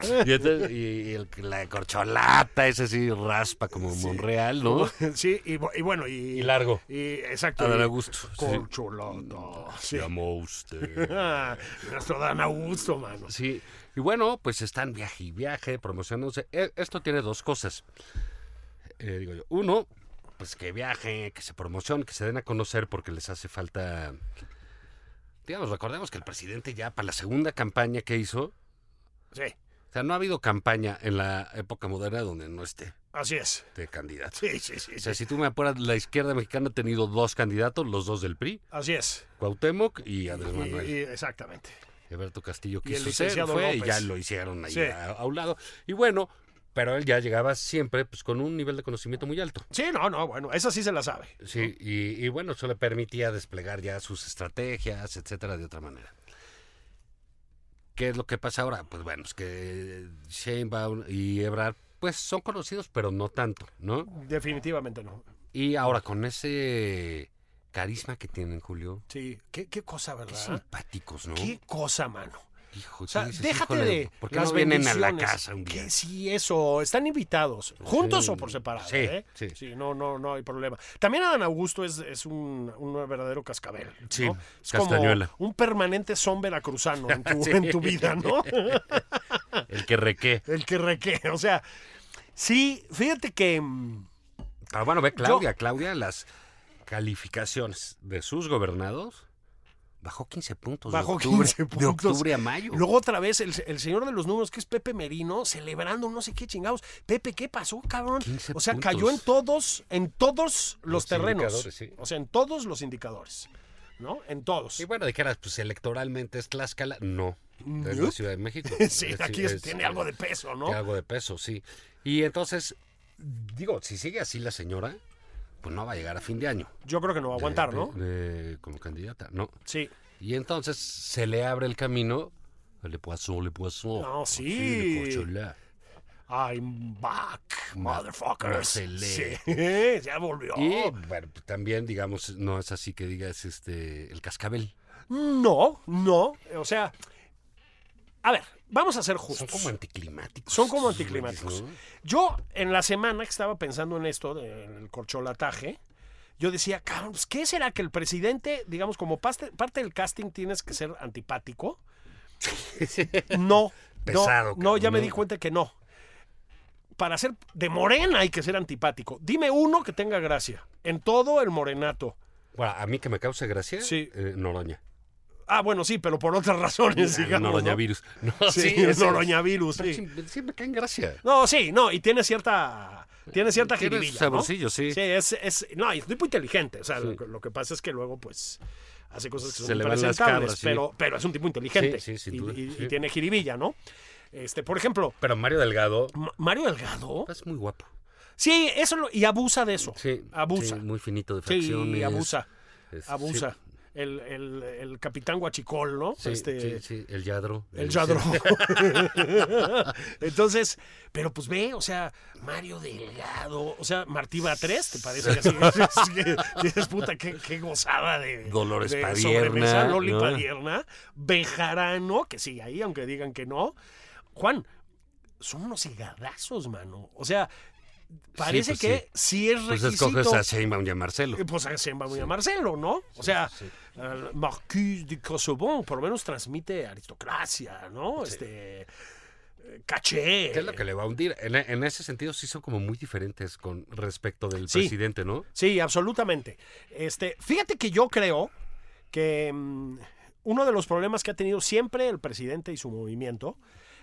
Speaker 2: Y, entonces- y- y el- la corcholata, ese sí raspa como Monreal, ¿no?
Speaker 3: Sí, y, bu- y bueno, y,
Speaker 2: Y largo.
Speaker 3: y- exacto.
Speaker 2: A
Speaker 3: y-
Speaker 2: dar a gusto.
Speaker 3: Corcholata.
Speaker 2: Sí.
Speaker 3: Sí.
Speaker 2: Llamó usted.
Speaker 3: Ah, Nuestro Dan Augusto, mano.
Speaker 2: Sí, y bueno, pues están viaje y viaje, promocionándose. E- Esto tiene dos cosas. Eh, digo yo, uno, pues que viaje, que se promocione, que se den a conocer porque les hace falta... Digamos, recordemos que el presidente ya para la segunda campaña que hizo,
Speaker 3: Sí,
Speaker 2: o sea, no ha habido campaña en la época moderna donde no esté
Speaker 3: así es.
Speaker 2: de candidato.
Speaker 3: Sí, sí, sí.
Speaker 2: O
Speaker 3: sí.
Speaker 2: sea, si tú me apuras, la izquierda mexicana ha tenido dos candidatos, los dos del PRI,
Speaker 3: Así es.
Speaker 2: Cuauhtémoc y Andrés
Speaker 3: Y-
Speaker 2: Manuel.
Speaker 3: y- exactamente.
Speaker 2: Alberto Castillo
Speaker 3: Y el
Speaker 2: quiso ser,
Speaker 3: licenciado
Speaker 2: fue, y
Speaker 3: López.
Speaker 2: ya lo hicieron ahí
Speaker 3: Sí.
Speaker 2: a, a un lado. Y bueno, pero él ya llegaba siempre pues con un nivel de conocimiento muy alto.
Speaker 3: Sí, no, no, bueno, esa sí se la sabe.
Speaker 2: Sí, y, y bueno, eso le permitía desplegar ya sus estrategias, etcétera, de otra manera. ¿Qué es lo que pasa ahora? Pues bueno, es que Sheinbaum y Ebrard pues son conocidos, pero no tanto, ¿no?
Speaker 3: Definitivamente no.
Speaker 2: Y ahora con ese carisma que tienen, Julio,
Speaker 3: Sí, qué, qué cosa,
Speaker 2: qué
Speaker 3: ¿verdad?
Speaker 2: simpáticos, ¿no?
Speaker 3: Qué cosa, mano.
Speaker 2: Hijo,
Speaker 3: O sea,
Speaker 2: dices,
Speaker 3: déjate
Speaker 2: "Híjole,
Speaker 3: de
Speaker 2: ¿Por qué
Speaker 3: las
Speaker 2: no vienen a la
Speaker 3: bendiciones.
Speaker 2: casa un día?
Speaker 3: Que sí, eso. Están invitados. ¿Juntos
Speaker 2: Sí,
Speaker 3: o por separado?
Speaker 2: sí,
Speaker 3: ¿eh?
Speaker 2: sí.
Speaker 3: no, no, no hay problema. También Adán Augusto es, es un, un verdadero cascabel. ¿no?
Speaker 2: Sí,
Speaker 3: es
Speaker 2: castañuela.
Speaker 3: como un permanente son veracruzano en tu, en tu vida, ¿no?
Speaker 2: El que requé.
Speaker 3: El que reque. O sea, sí, fíjate que. mm,
Speaker 2: Ah, bueno, ve Claudia. Claudia, las calificaciones de sus gobernados bajó 15 puntos. Pues, de
Speaker 3: Bajó
Speaker 2: octubre-
Speaker 3: 15
Speaker 2: De
Speaker 3: puntos.
Speaker 2: octubre a mayo.
Speaker 3: Luego otra vez el, el señor de los números, que es Pepe Merino, celebrando no sé qué chingados. Pepe, ¿qué pasó, cabrón?
Speaker 2: 15
Speaker 3: O sea,
Speaker 2: puntos.
Speaker 3: cayó en todos, en todos los,
Speaker 2: Los
Speaker 3: terrenos.
Speaker 2: indicadores, sí.
Speaker 3: O sea, en todos los indicadores. ¿No? En todos.
Speaker 2: Y bueno, dijeras, pues electoralmente es Tlaxcala. Mm, No. Es la
Speaker 3: Nope.
Speaker 2: Ciudad de México.
Speaker 3: sí,
Speaker 2: Es-
Speaker 3: aquí es-
Speaker 2: es-
Speaker 3: tiene algo de peso, ¿no?
Speaker 2: Tiene algo de peso, sí. Y entonces, digo, si sigue así la señora, pues no va a llegar a fin de año.
Speaker 3: Yo creo que no va a aguantar, ¿no?
Speaker 2: De- de- como candidata, no.
Speaker 3: Sí.
Speaker 2: Y entonces se le abre el camino. Le poisson, le poisson.
Speaker 3: No, sí.
Speaker 2: le corchola.
Speaker 3: I'm back, motherfuckers.
Speaker 2: Marcelé.
Speaker 3: Sí, ya volvió.
Speaker 2: Y bueno, pues, también, digamos, no es así que digas este el cascabel.
Speaker 3: No, no. O sea, a ver, vamos a ser
Speaker 2: Son
Speaker 3: justos.
Speaker 2: como anticlimáticos.
Speaker 3: Pues, Son como
Speaker 2: estos güeyes,
Speaker 3: anticlimáticos.
Speaker 2: ¿no?
Speaker 3: Yo, en la semana que estaba pensando en esto, del corcholataje, yo decía, cabrón, pues, ¿qué será que el presidente, digamos, como paste- parte del casting tienes que ser antipático? No.
Speaker 2: Pesado,
Speaker 3: No, no, ya
Speaker 2: cabrón,
Speaker 3: me
Speaker 2: ¿no?
Speaker 3: di cuenta que no. Para ser de morena hay que ser antipático. Dime uno que tenga gracia. En todo el morenato.
Speaker 2: Bueno, a mí que me causa gracia,
Speaker 3: Sí.
Speaker 2: eh, Noroña. Ah,
Speaker 3: Ah, bueno, sí, pero por otras razones, digamos. ¿no?
Speaker 2: Noroña virus. No,
Speaker 3: Sí,
Speaker 2: ese-
Speaker 3: noroñavirus,
Speaker 2: Pero
Speaker 3: sí.
Speaker 2: sí, sí me caen gracia.
Speaker 3: No, sí, no, y tiene cierta. Tiene cierta
Speaker 2: Tiene
Speaker 3: jiribilla,
Speaker 2: saborcillo,
Speaker 3: ¿no?
Speaker 2: sí.
Speaker 3: Sí, es, es. No, es muy inteligente. O sea, lo, que- lo que pasa es que luego, pues. Hace cosas que
Speaker 2: Se
Speaker 3: son
Speaker 2: le van las
Speaker 3: impresentables,
Speaker 2: cabras, sí.
Speaker 3: pero, pero es un tipo inteligente.
Speaker 2: Sí, sí, sin
Speaker 3: y,
Speaker 2: duda,
Speaker 3: y- y
Speaker 2: sí.
Speaker 3: tiene jiribilla, ¿no? Este, por ejemplo,
Speaker 2: Pero Mario Delgado
Speaker 3: Ma- Mario Delgado.
Speaker 2: es muy guapo.
Speaker 3: Sí, eso lo- y abusa de eso.
Speaker 2: Sí.
Speaker 3: abusa.
Speaker 2: sí, muy finito de
Speaker 3: Sí,
Speaker 2: facciones.
Speaker 3: abusa.
Speaker 2: Es-
Speaker 3: abusa.
Speaker 2: sí,
Speaker 3: El, el- el capitán Guachicol, ¿no?
Speaker 2: Sí,
Speaker 3: este,
Speaker 2: sí, sí, el Yadro.
Speaker 3: El
Speaker 2: Yadro.
Speaker 3: Yadro. Entonces, pero pues ve, o sea, Mario Delgado, o sea, Martí Batres, ¿te parece que así? es que Dices, puta, qué, qué gozada de.
Speaker 2: Dolores
Speaker 3: de
Speaker 2: Padierna,
Speaker 3: sobremesa, Loli
Speaker 2: ¿no?
Speaker 3: Padierna, Bejarano, que sigue ahí, aunque digan que no. Juan, son unos higadazos, mano. O sea, parece
Speaker 2: pues
Speaker 3: que sí, es
Speaker 2: Pues
Speaker 3: requisito.
Speaker 2: escoges a Sheinbaum y a Marcelo.
Speaker 3: Eh, Pues a Sheinbaum y a Marcelo, ¿no? O sea, al Marquis de Casobón por lo menos transmite aristocracia, ¿no? Este eh, caché.
Speaker 2: ¿Qué es lo que le va a hundir? En, en ese sentido sí son como muy diferentes con respecto del
Speaker 3: Sí.
Speaker 2: presidente, ¿no?
Speaker 3: Sí, absolutamente. Este, fíjate que yo creo que mm, uno de los problemas que ha tenido siempre el presidente y su movimiento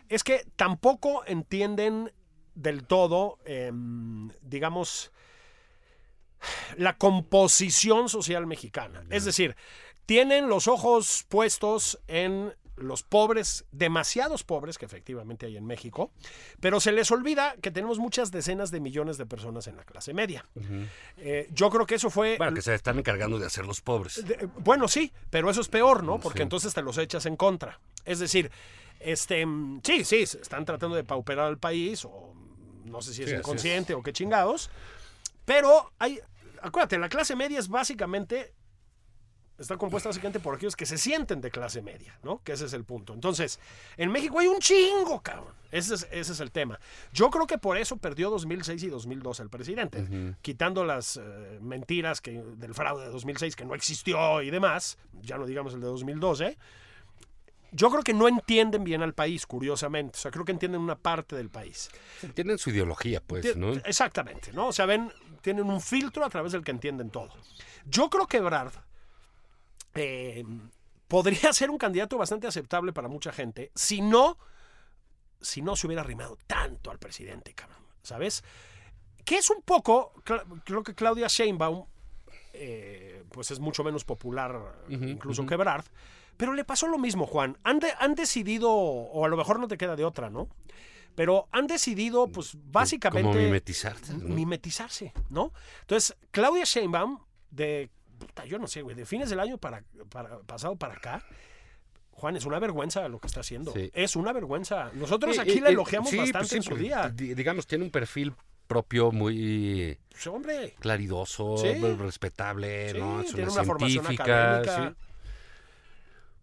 Speaker 3: es que tampoco entienden del todo, em, digamos, la composición social mexicana. Es decir, tienen los ojos puestos en los pobres, demasiados pobres que efectivamente hay en México, pero se les olvida que tenemos muchas decenas de millones de personas en la clase media. Eh, yo creo que eso fue...
Speaker 2: Bueno, que se están encargando de hacer los pobres.
Speaker 3: Pues, de- eh, bueno, sí, pero eso es peor, ¿no? Porque entonces te los echas en contra. Es decir, este, mm, sí, sí, se están tratando de pauperar al país, o mm, no sé si es
Speaker 2: así es.
Speaker 3: inconsciente o qué chingados, pero hay, acuérdate, la clase media es básicamente está compuesta básicamente por aquellos que se sienten de clase media, ¿no? Que ese es el punto. Entonces, en México hay un chingo, cabrón. Ese es, ese es el tema. Yo creo que por eso perdió 2006 y 2012 el presidente, quitando las eh, mentiras que, del fraude de 2006 que no existió y demás, ya no digamos el de 2012. Yo creo que no entienden bien al país, curiosamente. O sea, creo que entienden una parte del país.
Speaker 2: Tienen su ideología, pues,
Speaker 3: Ti-
Speaker 2: ¿no?
Speaker 3: Exactamente, ¿no? O sea, ven, tienen un filtro a través del que entienden todo. Yo creo que Ebrard eh, podría ser un candidato bastante aceptable para mucha gente si no, si no se hubiera arrimado tanto al presidente, cabrón, ¿sabes? Que es un poco, cla- creo que Claudia Sheinbaum, eh, pues es mucho menos popular eh, incluso que Ebrard, pero le pasó lo mismo, Juan. Han, de- han decidido, o a lo mejor no te queda de otra, ¿no? Pero han decidido, pues básicamente
Speaker 2: Como mimetizarte. ¿no?
Speaker 3: mimetizarse, ¿no? Entonces, Claudia Sheinbaum, de, puta, yo no sé, güey, de fines del año para, para- pasado para acá, Juan, es una vergüenza lo que está haciendo.
Speaker 2: Sí.
Speaker 3: Es una vergüenza. Nosotros
Speaker 2: Eh,
Speaker 3: aquí
Speaker 2: eh,
Speaker 3: la
Speaker 2: eh,
Speaker 3: elogiamos
Speaker 2: sí, pues
Speaker 3: bastante
Speaker 2: sí,
Speaker 3: en su
Speaker 2: pues,
Speaker 3: día.
Speaker 2: di- Digamos, tiene un perfil propio muy
Speaker 3: Pues, hombre,
Speaker 2: claridoso,
Speaker 3: Sí.
Speaker 2: muy respetable,
Speaker 3: sí,
Speaker 2: ¿no? Es
Speaker 3: tiene
Speaker 2: una,
Speaker 3: una formación
Speaker 2: científica.
Speaker 3: académica,
Speaker 2: sí.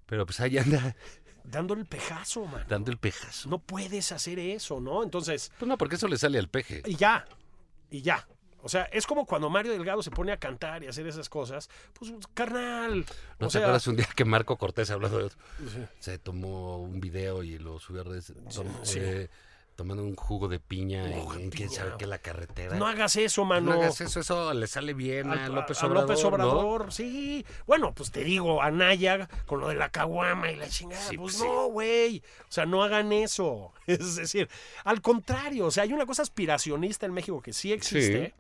Speaker 2: Pero pues ahí anda
Speaker 3: dando el pejazo, man.
Speaker 2: dando el pejazo.
Speaker 3: No puedes hacer eso, ¿no? Entonces,
Speaker 2: Pues no, porque eso le sale al peje.
Speaker 3: y ya, y ya. O sea, es como cuando Mario Delgado se pone a cantar y hacer esas cosas. Pues, carnal.
Speaker 2: ¿No
Speaker 3: o
Speaker 2: te
Speaker 3: sea,
Speaker 2: acuerdas un día que Marco Cortés hablando de Se tomó un video y lo subió a redes, tom- eh, tomando un jugo de piña en, en quién sabe qué la carretera.
Speaker 3: No hagas eso,
Speaker 2: No
Speaker 3: mano.
Speaker 2: hagas eso, eso le sale bien a,
Speaker 3: Ah, Al-
Speaker 2: López
Speaker 3: a- a
Speaker 2: Obrador.
Speaker 3: López
Speaker 2: ¿no?
Speaker 3: Obrador, sí. Bueno, pues te digo, Anaya con lo de la caguama y la chingada.
Speaker 2: Sí, pues,
Speaker 3: pues
Speaker 2: sí.
Speaker 3: no, güey. O sea, no hagan eso. Es decir, al contrario, o sea, hay una cosa aspiracionista en México que sí existe.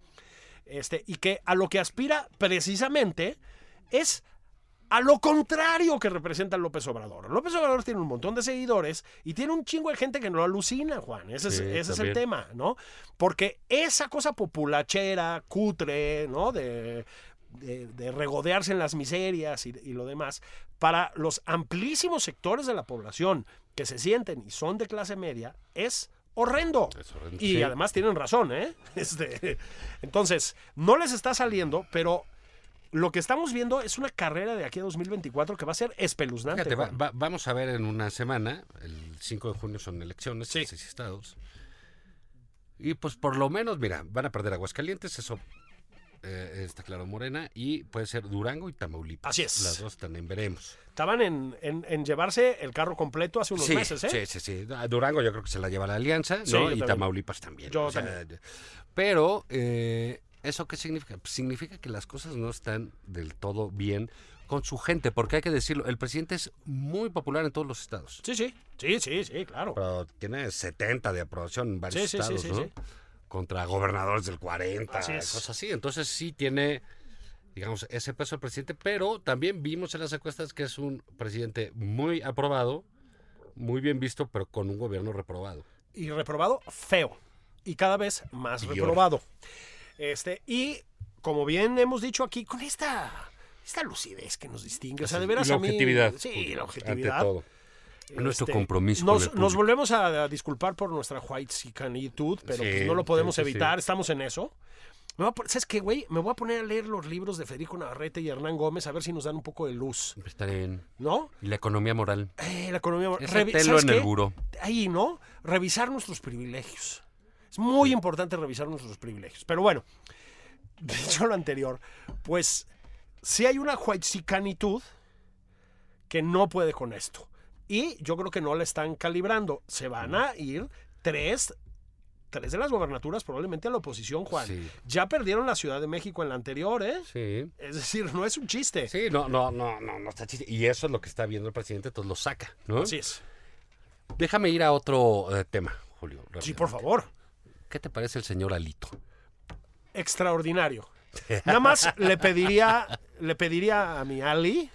Speaker 3: Este, y que a lo que aspira precisamente es a lo contrario que representa López Obrador. López Obrador tiene un montón de seguidores y tiene un chingo de gente que no lo alucina, Juan. Ese, es,
Speaker 2: Sí,
Speaker 3: ese es el
Speaker 2: también.
Speaker 3: tema, ¿no? Porque esa cosa populachera, cutre, ¿no? De, de- de regodearse en las miserias y, y lo demás, para los amplísimos sectores de la población que se sienten y son de clase media, es horrendo.
Speaker 2: Es horrendo,
Speaker 3: y
Speaker 2: sí.
Speaker 3: además tienen razón, ¿eh? Este, entonces, no les está saliendo, pero lo que estamos viendo es una carrera de aquí a 2024 que va a ser espeluznante.
Speaker 2: Fíjate, va-
Speaker 3: Juan.
Speaker 2: va- vamos a ver en una semana, el 5 de junio son elecciones, en seis estados. Y pues por lo menos, mira, van a perder Aguascalientes, eso eh, está claro Morena, y puede ser Durango y Tamaulipas.
Speaker 3: Así es.
Speaker 2: Las dos están en veremos.
Speaker 3: Estaban en, en- en llevarse el carro completo hace unos
Speaker 2: sí,
Speaker 3: meses,
Speaker 2: sí,
Speaker 3: ¿eh?
Speaker 2: sí, sí. A Durango yo creo que se la lleva la alianza, ¿no?
Speaker 3: Sí, yo
Speaker 2: y
Speaker 3: también.
Speaker 2: Tamaulipas también.
Speaker 3: Yo
Speaker 2: Pero, eh, ¿eso qué significa? Pues significa que las cosas no están del todo bien con su gente, porque hay que decirlo, el presidente es muy popular en todos los estados.
Speaker 3: Sí, sí, sí, sí, sí, claro.
Speaker 2: Pero tiene 70 de aprobación en varios
Speaker 3: Sí, sí, sí,
Speaker 2: estados,
Speaker 3: sí,
Speaker 2: ¿no?
Speaker 3: sí.
Speaker 2: Contra gobernadores del 40,
Speaker 3: Así es.
Speaker 2: cosas así. Entonces sí tiene, digamos, ese peso el presidente, pero también vimos en las encuestas que es un presidente muy aprobado, muy bien visto, pero con un gobierno reprobado.
Speaker 3: Y reprobado feo. Y cada vez más
Speaker 2: Peor.
Speaker 3: reprobado. Este, y como bien hemos dicho aquí, con esta, esta lucidez que nos distingue. O sea, de veras
Speaker 2: Y la
Speaker 3: a mí-
Speaker 2: objetividad.
Speaker 3: Sí, la
Speaker 2: ante
Speaker 3: objetividad.
Speaker 2: todo. Nuestro
Speaker 3: Este,
Speaker 2: compromiso con el
Speaker 3: Nos, nos
Speaker 2: público.
Speaker 3: volvemos a, a disculpar por nuestra white pero
Speaker 2: Sí,
Speaker 3: pues no lo podemos
Speaker 2: sí, sí,
Speaker 3: evitar,
Speaker 2: sí.
Speaker 3: estamos en eso. Me voy a pon- ¿Sabes qué, güey? Me voy a poner a leer los libros de Federico Navarrete y Hernán Gómez a ver si nos dan un poco de luz,
Speaker 2: Está bien.
Speaker 3: ¿no?
Speaker 2: Y la economía moral.
Speaker 3: Eh, la economía...
Speaker 2: Ese
Speaker 3: Revi-
Speaker 2: pelo
Speaker 3: ¿sabes
Speaker 2: en el
Speaker 3: qué?
Speaker 2: buró.
Speaker 3: Ahí, ¿no? Revisar nuestros privilegios. Es muy importante revisar nuestros privilegios. Pero bueno, dicho lo anterior, pues sí hay una huaxicanitud que no puede con esto. Y yo creo que no la están calibrando. Se van a ir tres, tres de las gobernaturas probablemente a la oposición, Juan.
Speaker 2: Sí.
Speaker 3: Ya perdieron la Ciudad de México en la anterior, ¿eh?
Speaker 2: Sí.
Speaker 3: Es decir, no es un chiste.
Speaker 2: Sí, no, no, no, no, no está chiste. Y eso es lo que está viendo el presidente, entonces lo saca, ¿no?
Speaker 3: Así es.
Speaker 2: Déjame ir a otro eh, tema, Julio.
Speaker 3: Sí,
Speaker 2: rápido.
Speaker 3: por favor.
Speaker 2: ¿Qué te parece el señor Alito?
Speaker 3: extraordinario. Nada más le pediría, le pediría a mi Ali.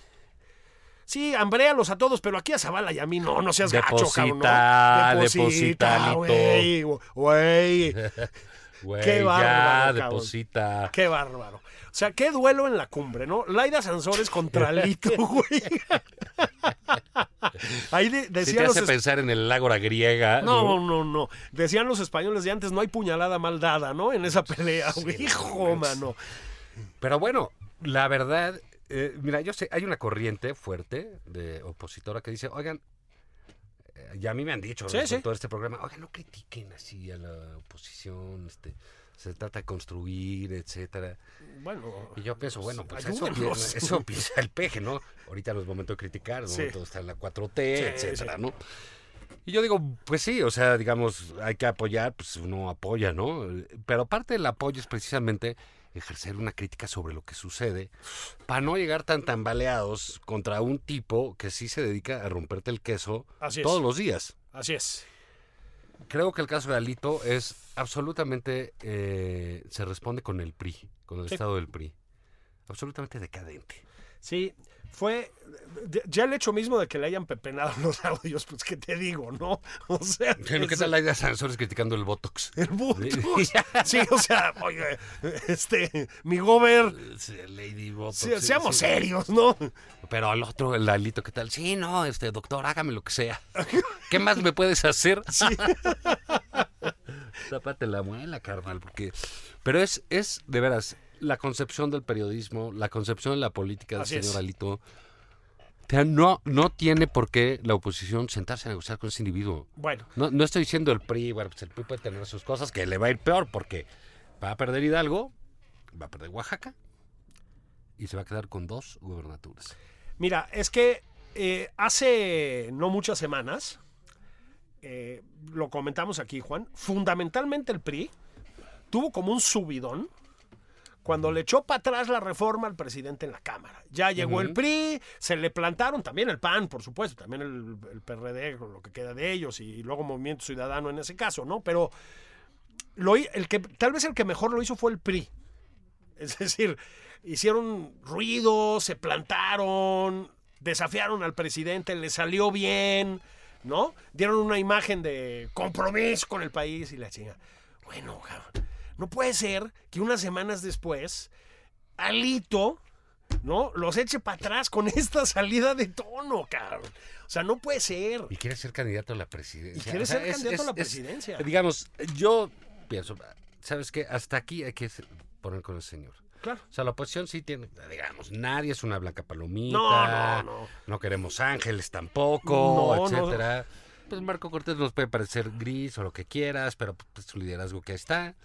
Speaker 3: Sí, hambréalos a todos, pero aquí a Zavala y a mí no, no seas gacho, cabrón.
Speaker 2: Deposita,
Speaker 3: ¿no?
Speaker 2: deposita, Alito.
Speaker 3: güey, güey.
Speaker 2: Güey,
Speaker 3: Qué
Speaker 2: ya,
Speaker 3: bárbaro, cabrón.
Speaker 2: deposita.
Speaker 3: Qué bárbaro. O sea, qué duelo en la cumbre, ¿no? Laida Sansores contra Alito, güey. Ahí de-
Speaker 2: Si
Speaker 3: decían
Speaker 2: te
Speaker 3: los
Speaker 2: hace
Speaker 3: es-
Speaker 2: pensar en el ágora griega.
Speaker 3: No, no, no. Decían los españoles de antes, no hay puñalada mal dada, ¿no? En esa pelea, güey. Hijo, mano.
Speaker 2: Pero bueno, la verdad eh, mira, yo sé, hay una corriente fuerte de opositora que dice, oigan, eh, ya a mí me han dicho
Speaker 3: Sí,
Speaker 2: en
Speaker 3: sí.
Speaker 2: todo este programa, oigan, no critiquen así a la oposición, este, se trata de construir, etcétera.
Speaker 3: Bueno,
Speaker 2: Y yo pienso, bueno, pues eso,
Speaker 3: Ayúdenos.
Speaker 2: piensa- eso piensa el peje, ¿no? Ahorita no es momento de criticar, ¿no?
Speaker 3: Sí.
Speaker 2: Todo está en la 4T, etcétera, ¿no? Y yo digo, pues sí, o sea, digamos, hay que apoyar, pues uno apoya, ¿no? Pero parte del apoyo es precisamente ejercer una crítica sobre lo que sucede para no llegar tan tambaleados contra un tipo que sí se dedica a romperte el queso
Speaker 3: Así es.
Speaker 2: todos los días.
Speaker 3: así es.
Speaker 2: Creo que el caso de Alito es absolutamente. eh, se responde con el PRI, con el estado del PRI. Absolutamente decadente.
Speaker 3: Sí, fue. de- Ya el hecho mismo de que le hayan pepenado los audios, pues qué te digo, ¿no? O sea.
Speaker 2: Bueno, ¿qué
Speaker 3: es-
Speaker 2: tal la idea de Sansores criticando el Botox?
Speaker 3: El Botox. Sí, o sea, oye, este, mi gober,
Speaker 2: Sí, Lady Botox.
Speaker 3: se-
Speaker 2: sí,
Speaker 3: seamos
Speaker 2: sí.
Speaker 3: serios, ¿no?
Speaker 2: Pero al otro, el Alito, ¿qué tal? Sí, no, este doctor, hágame lo que sea. ¿Qué más me puedes hacer? Tápate la muela, carnal, porque... Pero es, es, de veras, la concepción del periodismo, la concepción de la política del
Speaker 3: Así
Speaker 2: señor
Speaker 3: es.
Speaker 2: Alito. O sea, no, no tiene por qué la oposición sentarse a negociar con ese individuo.
Speaker 3: Bueno,
Speaker 2: No, no estoy diciendo el PRI, bueno, pues el PRI puede tener sus cosas, que le va a ir peor porque va a perder Hidalgo, va a perder Oaxaca y se va a quedar con dos gubernaturas.
Speaker 3: mira, es que eh, hace no muchas semanas, eh, lo comentamos aquí, Juan, fundamentalmente el PRI tuvo como un subidón cuando le echó para atrás la reforma al presidente en la Cámara. Ya llegó el PRI, se le plantaron también el PAN, por supuesto, también el, el PRD, con lo que queda de ellos, y luego Movimiento Ciudadano en ese caso, ¿no? Pero lo hi- el que, tal vez el que mejor lo hizo fue el PRI. Es decir, hicieron ruido, se plantaron, desafiaron al presidente, le salió bien, ¿no? Dieron una imagen de compromiso con el país y la chinga. Bueno, cabrón, no puede ser que unas semanas después, Alito, ¿no? Los eche para atrás con esta salida de tono, cabrón. O sea, no puede ser.
Speaker 2: Y quiere ser candidato a la presidencia.
Speaker 3: Y quiere ser candidato a la
Speaker 2: es-
Speaker 3: presidencia.
Speaker 2: digamos, yo pienso, ¿sabes qué? Hasta aquí hay que poner con el señor.
Speaker 3: Claro.
Speaker 2: O sea, la oposición sí tiene, digamos, nadie es una blanca palomita.
Speaker 3: No, no, no.
Speaker 2: No queremos ángeles tampoco,
Speaker 3: No, no.
Speaker 2: etcétera. Pues Marco Cortés nos puede parecer gris o lo que quieras, pero pues, su liderazgo que ahí está.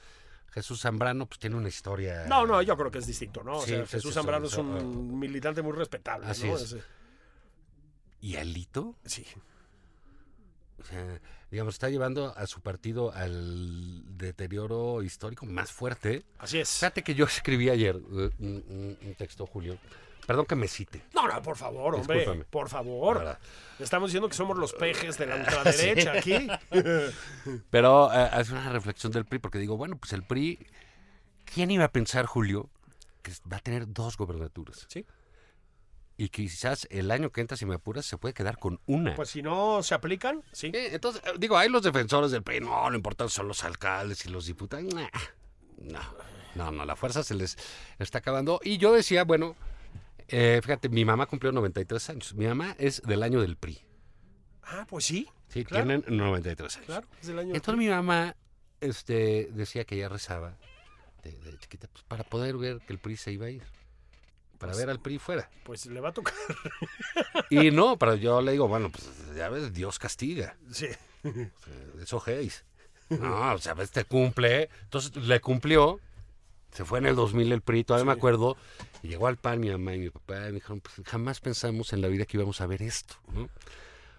Speaker 2: Jesús Zambrano, pues tiene una historia.
Speaker 3: No, no, yo creo que es distinto, ¿no? O
Speaker 2: Sí,
Speaker 3: sea,
Speaker 2: sí, sí,
Speaker 3: Jesús
Speaker 2: sí,
Speaker 3: Zambrano
Speaker 2: sí,
Speaker 3: es un militante muy respetable,
Speaker 2: Así
Speaker 3: ¿no?
Speaker 2: es. ¿Y Alito?
Speaker 3: Sí.
Speaker 2: O sea, digamos, está llevando a su partido al deterioro histórico más fuerte.
Speaker 3: Así es.
Speaker 2: Fíjate que yo escribí ayer eh, un, un- un texto, Julio. Perdón que me cite.
Speaker 3: No, no, por favor, hombre.
Speaker 2: Discúlpame. Ah,
Speaker 3: Por favor.
Speaker 2: La verdad.
Speaker 3: Estamos diciendo que somos los pejes de la ultraderecha aquí.
Speaker 2: Pero eh, hace una reflexión del PRI, porque digo, bueno, pues el PRI, ¿quién iba a pensar, Julio, que va a tener dos gobernaturas?
Speaker 3: Sí.
Speaker 2: Y quizás el año que entra, si me apuras, se puede quedar con una.
Speaker 3: Pues si no se aplican, sí.
Speaker 2: Eh, Entonces, eh, digo, hay los defensores del PRI, no, lo importante son los alcaldes y los diputados. Nah, no, no, no, la fuerza se les está acabando. Y yo decía, bueno, eh, fíjate, mi mamá cumplió 93 años. Mi mamá es del año del PRI.
Speaker 3: Ah, pues sí.
Speaker 2: Sí,
Speaker 3: claro,
Speaker 2: tienen 93 años.
Speaker 3: Claro, es del año.
Speaker 2: Entonces mi mamá este, decía que ella rezaba de, de chiquita pues, para poder ver que el PRI se iba a ir. Para ver al PRI fuera.
Speaker 3: Pues le va a tocar.
Speaker 2: Y no, pero yo le digo, bueno, pues ya ves, Dios castiga.
Speaker 3: Sí.
Speaker 2: Eh, Eso gays. No, o sea, ves, te cumple. Entonces le cumplió. Se fue en el 2000 el PRI, todavía me acuerdo. Y llegó al PAN mi mamá y mi papá. Y me dijeron, pues jamás pensamos en la vida que íbamos a ver esto. ¿no?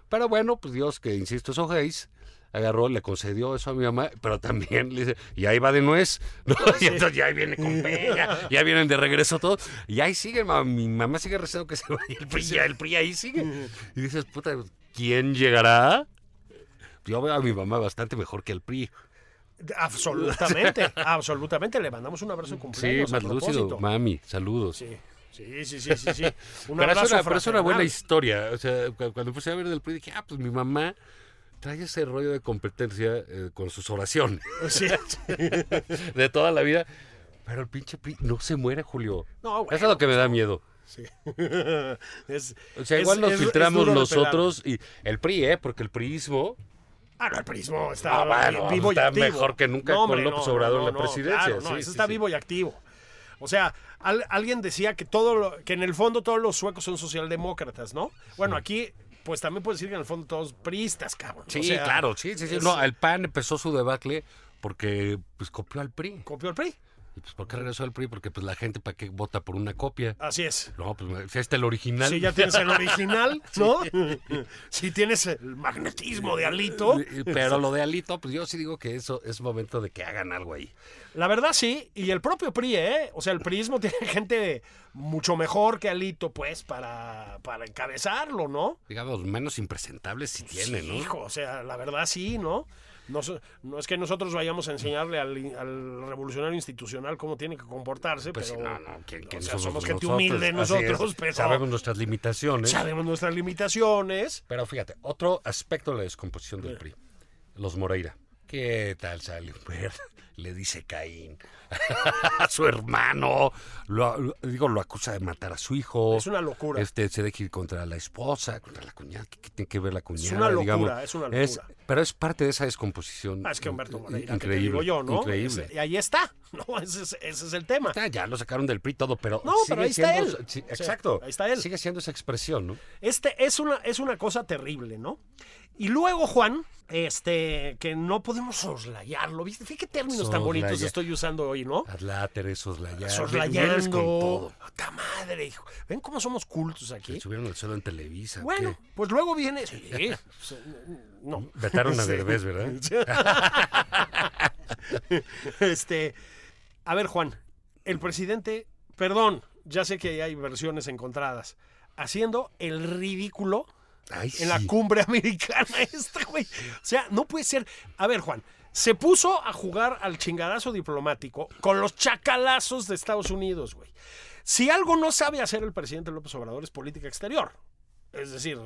Speaker 2: Pero bueno, pues Dios, que insisto, eso gays. Agarró, le concedió eso a mi mamá, pero también le dice, y ahí va de nuez, ¿no? Y entonces ya ahí viene con pega, ya vienen de regreso todos, y ahí sigue, ma- mi mamá sigue rezando que se vaya el PRI, ya el PRI ahí sigue. Y dices, puta, ¿quién llegará? Yo veo a mi mamá bastante mejor que el PRI.
Speaker 3: Absolutamente, absolutamente. Le mandamos un abrazo de
Speaker 2: Sí,
Speaker 3: cumpleaños. a
Speaker 2: más lúcido.
Speaker 3: propósito.
Speaker 2: Mami, saludos.
Speaker 3: Sí, sí, sí, sí, sí. sí. Un
Speaker 2: pero, es
Speaker 3: abrazo
Speaker 2: una, pero es una buena
Speaker 3: fraternal.
Speaker 2: historia. O sea, cu- cuando empecé a ver del PRI, dije, ah, pues mi mamá trae ese rollo de competencia eh, con sus oraciones
Speaker 3: Sí, sí.
Speaker 2: de toda la vida. Pero el pinche PRI no se muere, Julio.
Speaker 3: No, bueno,
Speaker 2: Eso es lo que me da miedo.
Speaker 3: Es-
Speaker 2: O sea,
Speaker 3: es-
Speaker 2: igual nos
Speaker 3: es- es
Speaker 2: filtramos
Speaker 3: duro de pelar.
Speaker 2: nosotros y el PRI, ¿eh? Porque el PRIismo
Speaker 3: Ah, no, el prismo está eh,
Speaker 2: Ah, bueno,
Speaker 3: vivo y
Speaker 2: está
Speaker 3: activo.
Speaker 2: mejor que nunca con López Obrador en la presidencia,
Speaker 3: claro, no,
Speaker 2: sí,
Speaker 3: eso
Speaker 2: sí,
Speaker 3: está
Speaker 2: sí.
Speaker 3: vivo y activo. O sea, al- alguien decía que todo lo- que en el fondo todos los suecos son socialdemócratas, ¿no? Bueno, aquí pues también puedes decir que en el fondo todos priistas, cabrón.
Speaker 2: Sí,
Speaker 3: O sea,
Speaker 2: claro, sí, sí, sí.
Speaker 3: es-
Speaker 2: No, el PAN empezó su debacle porque pues copió al PRI.
Speaker 3: Copió el PRI.
Speaker 2: ¿Y pues por qué regresó al PRI? Porque pues la gente para qué vota por una copia.
Speaker 3: Así es.
Speaker 2: No, pues si está el original.
Speaker 3: Si ya tienes el original, ¿no? Si tienes el magnetismo de Alito.
Speaker 2: Pero lo de Alito, pues yo sí digo que eso es momento de que hagan algo ahí.
Speaker 3: La verdad sí, y el propio PRI, ¿eh? O sea, el PRIismo tiene gente mucho mejor que Alito, pues, para, para encabezarlo, ¿no?
Speaker 2: Digamos, menos impresentables si tiene, ¿no?
Speaker 3: Hijo, o sea, la verdad sí, ¿no? No, so- no es que nosotros vayamos a enseñarle al, in- al revolucionario institucional cómo tiene que comportarse,
Speaker 2: Pues sí,
Speaker 3: pero
Speaker 2: no, no. ¿quién-
Speaker 3: o
Speaker 2: quién
Speaker 3: sea,
Speaker 2: somos
Speaker 3: somos gente
Speaker 2: nosotros? Así
Speaker 3: humilde
Speaker 2: es.
Speaker 3: nosotros, pero
Speaker 2: Sabemos nuestras limitaciones.
Speaker 3: sabemos nuestras limitaciones.
Speaker 2: Pero fíjate, otro aspecto de la descomposición
Speaker 3: Eh.
Speaker 2: del PRI. Los Moreira. ¿Qué tal sale Humbert? Le dice Caín a su hermano. Lo, lo- digo, lo acusa de matar a su hijo.
Speaker 3: Es una locura.
Speaker 2: Este, se deja ir contra la esposa, contra la cuñada. ¿Qué, qué tiene que ver la cuñada?
Speaker 3: una locura,
Speaker 2: digamos?
Speaker 3: es una locura.
Speaker 2: pero es parte de esa descomposición.
Speaker 3: Ah, es que Humberto
Speaker 2: in-
Speaker 3: Moreira, que te
Speaker 2: increíble,
Speaker 3: digo yo, ¿no?
Speaker 2: Increíble.
Speaker 3: Es- eh, y ahí está, ¿no? Ese es, ese es el tema.
Speaker 2: Ah, ya lo sacaron del PRI todo, pero.
Speaker 3: No,
Speaker 2: sigue
Speaker 3: pero ahí está
Speaker 2: siendo-
Speaker 3: él.
Speaker 2: sí,
Speaker 3: O sea,
Speaker 2: exacto.
Speaker 3: ahí está él.
Speaker 2: Sigue siendo esa expresión, ¿no?
Speaker 3: Este es una, es una cosa terrible, ¿no? Y luego, Juan, este, que no podemos soslayarlo, ¿viste? Fíjate qué términos tan bonitos
Speaker 2: Soslaya-
Speaker 3: estoy usando hoy, ¿no?
Speaker 2: Adláteres, soslayar. vienes con
Speaker 3: Soslayando. Ah,
Speaker 2: todo.
Speaker 3: ¡Ta madre, hijo! ¿Ven cómo somos cultos aquí?
Speaker 2: Le subieron el suelo en Televisa. ¿o
Speaker 3: Bueno,
Speaker 2: qué?
Speaker 3: pues luego viene. Sí, sí, no.
Speaker 2: Vetaron a Derbez, ¿verdad?
Speaker 3: Este. A ver, Juan. El presidente. Perdón, ya sé que hay versiones encontradas. Haciendo el ridículo
Speaker 2: Ay,
Speaker 3: en la
Speaker 2: sí.
Speaker 3: cumbre americana esta, güey. O sea, no puede ser. A ver, Juan, se puso a jugar al chingadazo diplomático con los chacalazos de Estados Unidos, güey. Si algo no sabe hacer el presidente López Obrador es política exterior. Es decir,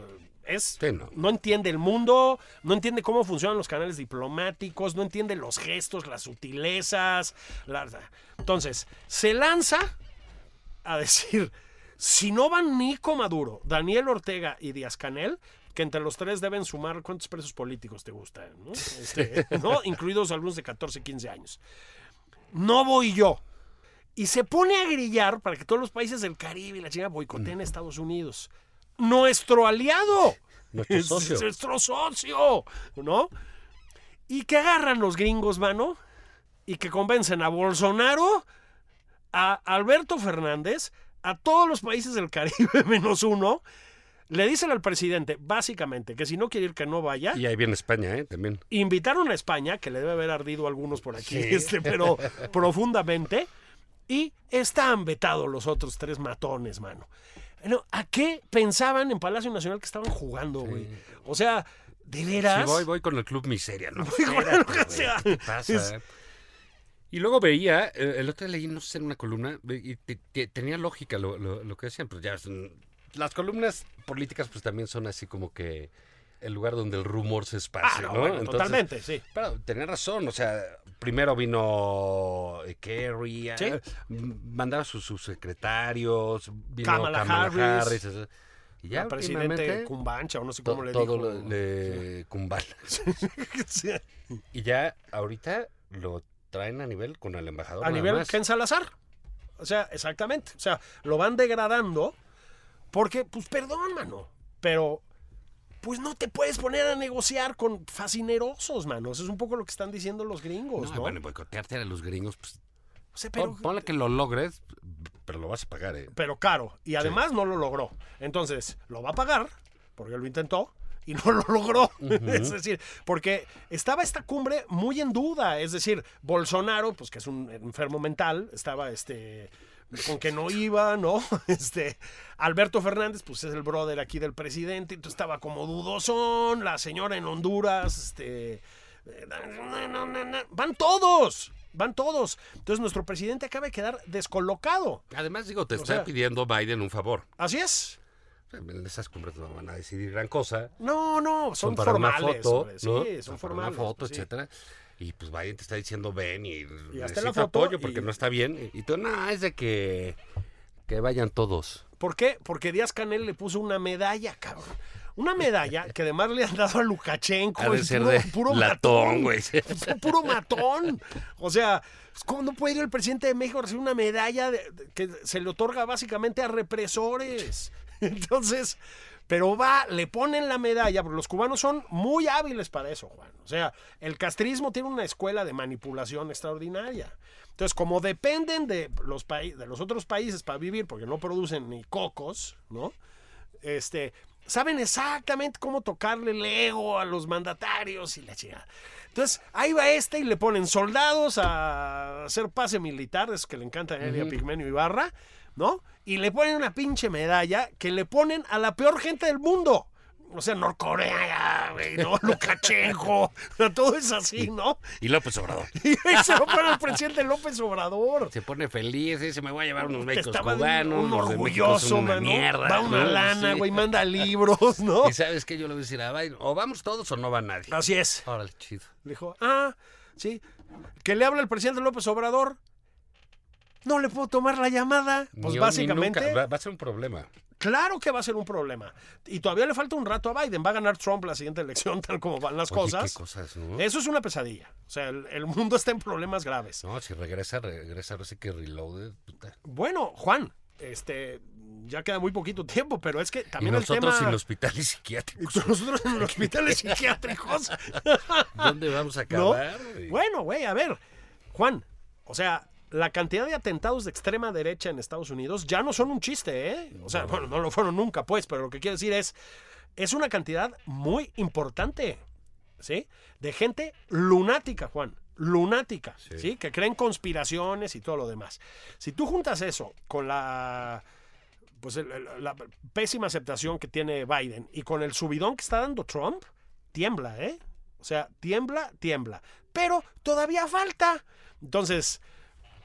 Speaker 3: es
Speaker 2: Sí, no.
Speaker 3: entiende el mundo, no entiende cómo funcionan los canales diplomáticos, no entiende los gestos, las sutilezas. las- Entonces, se lanza a decir, si no van Nico Maduro, Daniel Ortega y Díaz Canel, que entre los tres deben sumar cuántos presos políticos te gustan, ¿no? Este, ¿no? incluidos algunos de 14, 15 años. No voy yo. Y se pone a grillar para que todos los países del Caribe y la China boicoteen a Estados Unidos. Nuestro aliado.
Speaker 2: Nuestro socio.
Speaker 3: Nuestro socio, ¿no? Y que agarran los gringos, mano, y que convencen a Bolsonaro a Alberto Fernández, a todos los países del Caribe menos uno, le dicen al presidente, básicamente, que si no quiere ir, que no vaya.
Speaker 2: Y ahí viene España, ¿eh? También.
Speaker 3: Invitaron a España, que le debe haber ardido a algunos por aquí, este, pero profundamente, y están vetados los otros tres matones, mano. Bueno, ¿A qué pensaban en Palacio Nacional que estaban jugando, güey? O sea, de veras.
Speaker 2: Sí, voy, voy con el Club Miseria, ¿no?
Speaker 3: con
Speaker 2: Espérate,
Speaker 3: lo que
Speaker 2: güey,
Speaker 3: sea.
Speaker 2: ¿Qué te pasa? eh?
Speaker 3: Es-
Speaker 2: Y luego veía, eh, el otro día leí, no sé, en una columna, ve- y te- te- tenía lógica lo, lo- lo que decían, pues ya, son- las columnas políticas pues también son así como que el lugar donde el rumor se
Speaker 3: Ah,
Speaker 2: esparce,
Speaker 3: no,
Speaker 2: ¿no?
Speaker 3: bueno,
Speaker 2: Entonces,
Speaker 3: totalmente, sí.
Speaker 2: Pero tenía razón, o sea, primero vino eh, Kerry,
Speaker 3: Sí.
Speaker 2: eh, m- mandaba sus subsecretarios, vino
Speaker 3: Kamala
Speaker 2: Kamala,
Speaker 3: Harris,
Speaker 2: Harris, etcétera. y ya
Speaker 3: El presidente
Speaker 2: últimamente,
Speaker 3: Cumbancha, o no sé
Speaker 2: to-
Speaker 3: cómo le
Speaker 2: todo
Speaker 3: dijo.
Speaker 2: lo- le cumbala.
Speaker 3: Sí.
Speaker 2: Y ya ahorita lo traen a nivel con el embajador.
Speaker 3: a
Speaker 2: nada
Speaker 3: nivel
Speaker 2: más.
Speaker 3: Ken Salazar. O sea, exactamente. O sea, lo van degradando porque, pues perdón, mano, pero pues no te puedes poner a negociar con fascinerosos, mano. Eso es un poco lo que están diciendo los gringos,
Speaker 2: No,
Speaker 3: ¿no?
Speaker 2: bueno, boicotearte a los gringos, pues,
Speaker 3: O sea, pero,
Speaker 2: pon- ponle que lo logres, pero lo vas a pagar, ¿eh?
Speaker 3: pero caro. Y además no lo logró. Entonces, lo va a pagar porque lo intentó. Y no lo logró. Es decir, porque estaba esta cumbre muy en duda. Es decir, Bolsonaro, pues que es un enfermo mental, estaba este con que no iba, ¿no? Este, Alberto Fernández, pues es el brother aquí del presidente, entonces estaba como dudosón, la señora en Honduras, este, eh, no, no, no, van todos, van todos. Entonces nuestro presidente acaba de quedar descolocado.
Speaker 2: Además, digo, te
Speaker 3: O
Speaker 2: está
Speaker 3: sea-
Speaker 2: pidiendo Biden un favor.
Speaker 3: Así es.
Speaker 2: En esas cumbres no van a decidir gran cosa.
Speaker 3: No, no, son,
Speaker 2: para
Speaker 3: formales.
Speaker 2: una foto,
Speaker 3: hombre, sí,
Speaker 2: ¿no?
Speaker 3: son
Speaker 2: para
Speaker 3: formales. pues,
Speaker 2: Una foto,
Speaker 3: sí.
Speaker 2: etcétera. Y pues Biden te está diciendo ven y,
Speaker 3: la
Speaker 2: necesito
Speaker 3: foto
Speaker 2: apoyo porque
Speaker 3: y-
Speaker 2: no está bien. Y tú, no, es de que, que vayan todos.
Speaker 3: ¿Por qué? Porque Díaz Canel le puso una medalla, cabrón. Una medalla que además le han dado a Lukashenko.
Speaker 2: Ha de
Speaker 3: el
Speaker 2: ser
Speaker 3: puro,
Speaker 2: de
Speaker 3: puro
Speaker 2: latón, güey.
Speaker 3: Pu- Pues, Puro matón. O sea, pues, ¿cómo no puede ir el presidente de México a recibir una medalla de- de- que se le otorga básicamente a represores? Entonces, pero va, le ponen la medalla, porque los cubanos son muy hábiles para eso, Juan. O sea, el castrismo tiene una escuela de manipulación extraordinaria. Entonces, como dependen de los, pai- de los otros países para vivir, porque no producen ni cocos, ¿no? este, saben exactamente cómo tocarle el ego a los mandatarios y la chingada. Entonces, ahí va este y le ponen soldados a hacer pase militar, es que le encanta a Elia Pigmenio Ibarra, ¿no? Y le ponen una pinche medalla que le ponen a la peor gente del mundo. O sea, Norcorea, güey, ¿no? Lukashenko, todo es así, ¿no?
Speaker 2: Y López Obrador.
Speaker 3: Y ahí se lo ponen al presidente López Obrador.
Speaker 2: Se pone feliz, dice, me voy a llevar unos
Speaker 3: Te
Speaker 2: médicos
Speaker 3: estaba de-
Speaker 2: cubanos,
Speaker 3: un
Speaker 2: los de México son
Speaker 3: orgulloso,
Speaker 2: una
Speaker 3: mano.
Speaker 2: mierda.
Speaker 3: Va una
Speaker 2: ¿no?
Speaker 3: lana,
Speaker 2: Sí.
Speaker 3: güey, manda libros, ¿no?
Speaker 2: Y sabes que yo le voy a decir, "Ah, va, o vamos todos o no va nadie.
Speaker 3: Así es.
Speaker 2: Órale, chido.
Speaker 3: Le dijo, ah, sí, que le habla el presidente López Obrador. No le puedo tomar la llamada. Pues
Speaker 2: Ni hoy ni
Speaker 3: básicamente,
Speaker 2: nunca. Va, va a ser un problema.
Speaker 3: claro que va a ser un problema. Y todavía le falta un rato a Biden. Va a ganar Trump la siguiente elección, tal como van las
Speaker 2: Oye,
Speaker 3: cosas.
Speaker 2: qué cosas, ¿no?
Speaker 3: Eso es una pesadilla. O sea, el, el mundo está en problemas graves.
Speaker 2: No, si regresa, regresa, ahora sí que reloaded, puta.
Speaker 3: Bueno, Juan, este, ya queda muy poquito tiempo, pero es que
Speaker 2: Y
Speaker 3: también el
Speaker 2: nosotros
Speaker 3: tema...
Speaker 2: en los hospitales psiquiátricos.
Speaker 3: Nosotros en los hospitales psiquiátricos.
Speaker 2: ¿Dónde vamos a
Speaker 3: ¿No?
Speaker 2: acabar? güey?
Speaker 3: Bueno, güey, a ver, Juan, o sea, la cantidad de atentados de extrema derecha en Estados Unidos ya no son un chiste, ¿eh? O sea, bueno, no lo fueron nunca, pues, pero lo que quiero decir es, es una cantidad muy importante, ¿sí? De gente lunática, Juan. Lunática, sí. Que creen conspiraciones y todo lo demás. Si tú juntas eso con la pues el- el- la pésima aceptación que tiene Biden y con el subidón que está dando Trump, tiembla, ¿eh? O sea, tiembla, tiembla. Pero todavía falta. Entonces,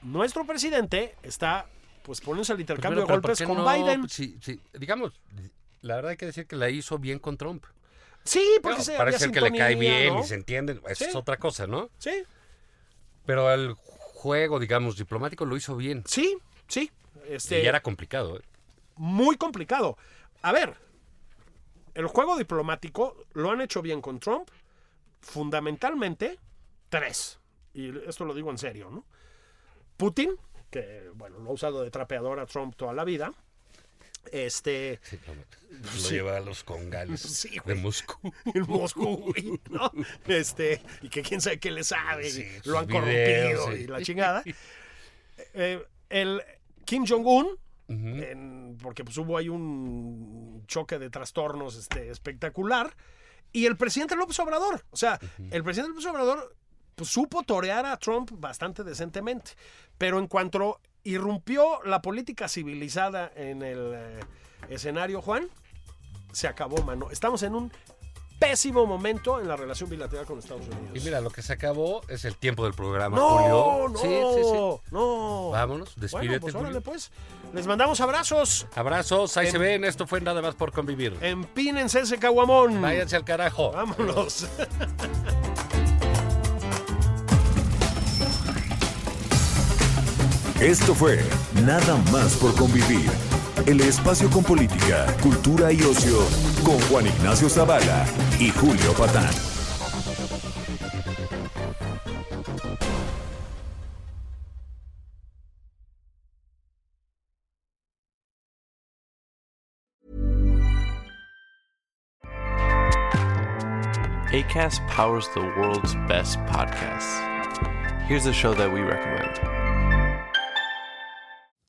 Speaker 3: nuestro presidente está pues poniéndose al
Speaker 2: Pues
Speaker 3: intercambio
Speaker 2: bueno, pero
Speaker 3: de
Speaker 2: ¿por
Speaker 3: golpes
Speaker 2: qué
Speaker 3: con
Speaker 2: no? Pues
Speaker 3: Biden.
Speaker 2: Sí, sí. Digamos, la verdad hay que decir que la hizo bien con Trump.
Speaker 3: Sí, porque
Speaker 2: Digo,
Speaker 3: se había
Speaker 2: parece ser que le cae
Speaker 3: sintonía,
Speaker 2: bien
Speaker 3: ¿no?
Speaker 2: y se entienden. Eso
Speaker 3: Sí.
Speaker 2: es otra cosa, ¿no?
Speaker 3: Sí,
Speaker 2: Pero el juego, digamos, diplomático lo hizo bien.
Speaker 3: sí, sí. Este,
Speaker 2: Y era complicado. ¿eh?
Speaker 3: muy complicado. A ver, el juego diplomático lo han hecho bien con Trump, fundamentalmente tres. Y esto lo digo en serio, ¿no? Putin, que bueno, lo ha usado de trapeador a Trump toda la vida. Este,
Speaker 2: Sí, no, lo lleva a los congales
Speaker 3: Sí,
Speaker 2: de
Speaker 3: güey.
Speaker 2: Moscú.
Speaker 3: el Moscú, güey, ¿no? Este, y que quién sabe qué le sabe,
Speaker 2: Sí,
Speaker 3: y
Speaker 2: sus
Speaker 3: lo han
Speaker 2: videos,
Speaker 3: corrompido
Speaker 2: sí.
Speaker 3: y la chingada. Eh, el Kim Jong-un, en- porque pues hubo ahí un choque de trastornos este, espectacular, y el presidente López Obrador. O sea, el presidente López Obrador pues, supo torear a Trump bastante decentemente, pero en cuanto irrumpió la política civilizada en el eh, escenario, Juan, se acabó, mano. Estamos en un pésimo momento en la relación bilateral con Estados Unidos.
Speaker 2: Y mira, lo que se acabó es el tiempo del programa,
Speaker 3: no,
Speaker 2: Julio.
Speaker 3: no,
Speaker 2: Sí, sí, sí.
Speaker 3: no.
Speaker 2: Vámonos, despídete,
Speaker 3: Bueno, pues
Speaker 2: Julio.
Speaker 3: órale, Em. pues. Les mandamos abrazos.
Speaker 2: Abrazos, ahí se ven. Esto fue nada más por convivir.
Speaker 3: Empínense ese caguamón.
Speaker 2: Váyanse al carajo.
Speaker 3: Vámonos.
Speaker 1: Esto fue Nada más por convivir. El espacio con política, cultura y ocio con Juan Ignacio Zavala y Julio Patán.
Speaker 5: ACAST powers the world's best podcasts. Here's a show that we recommend.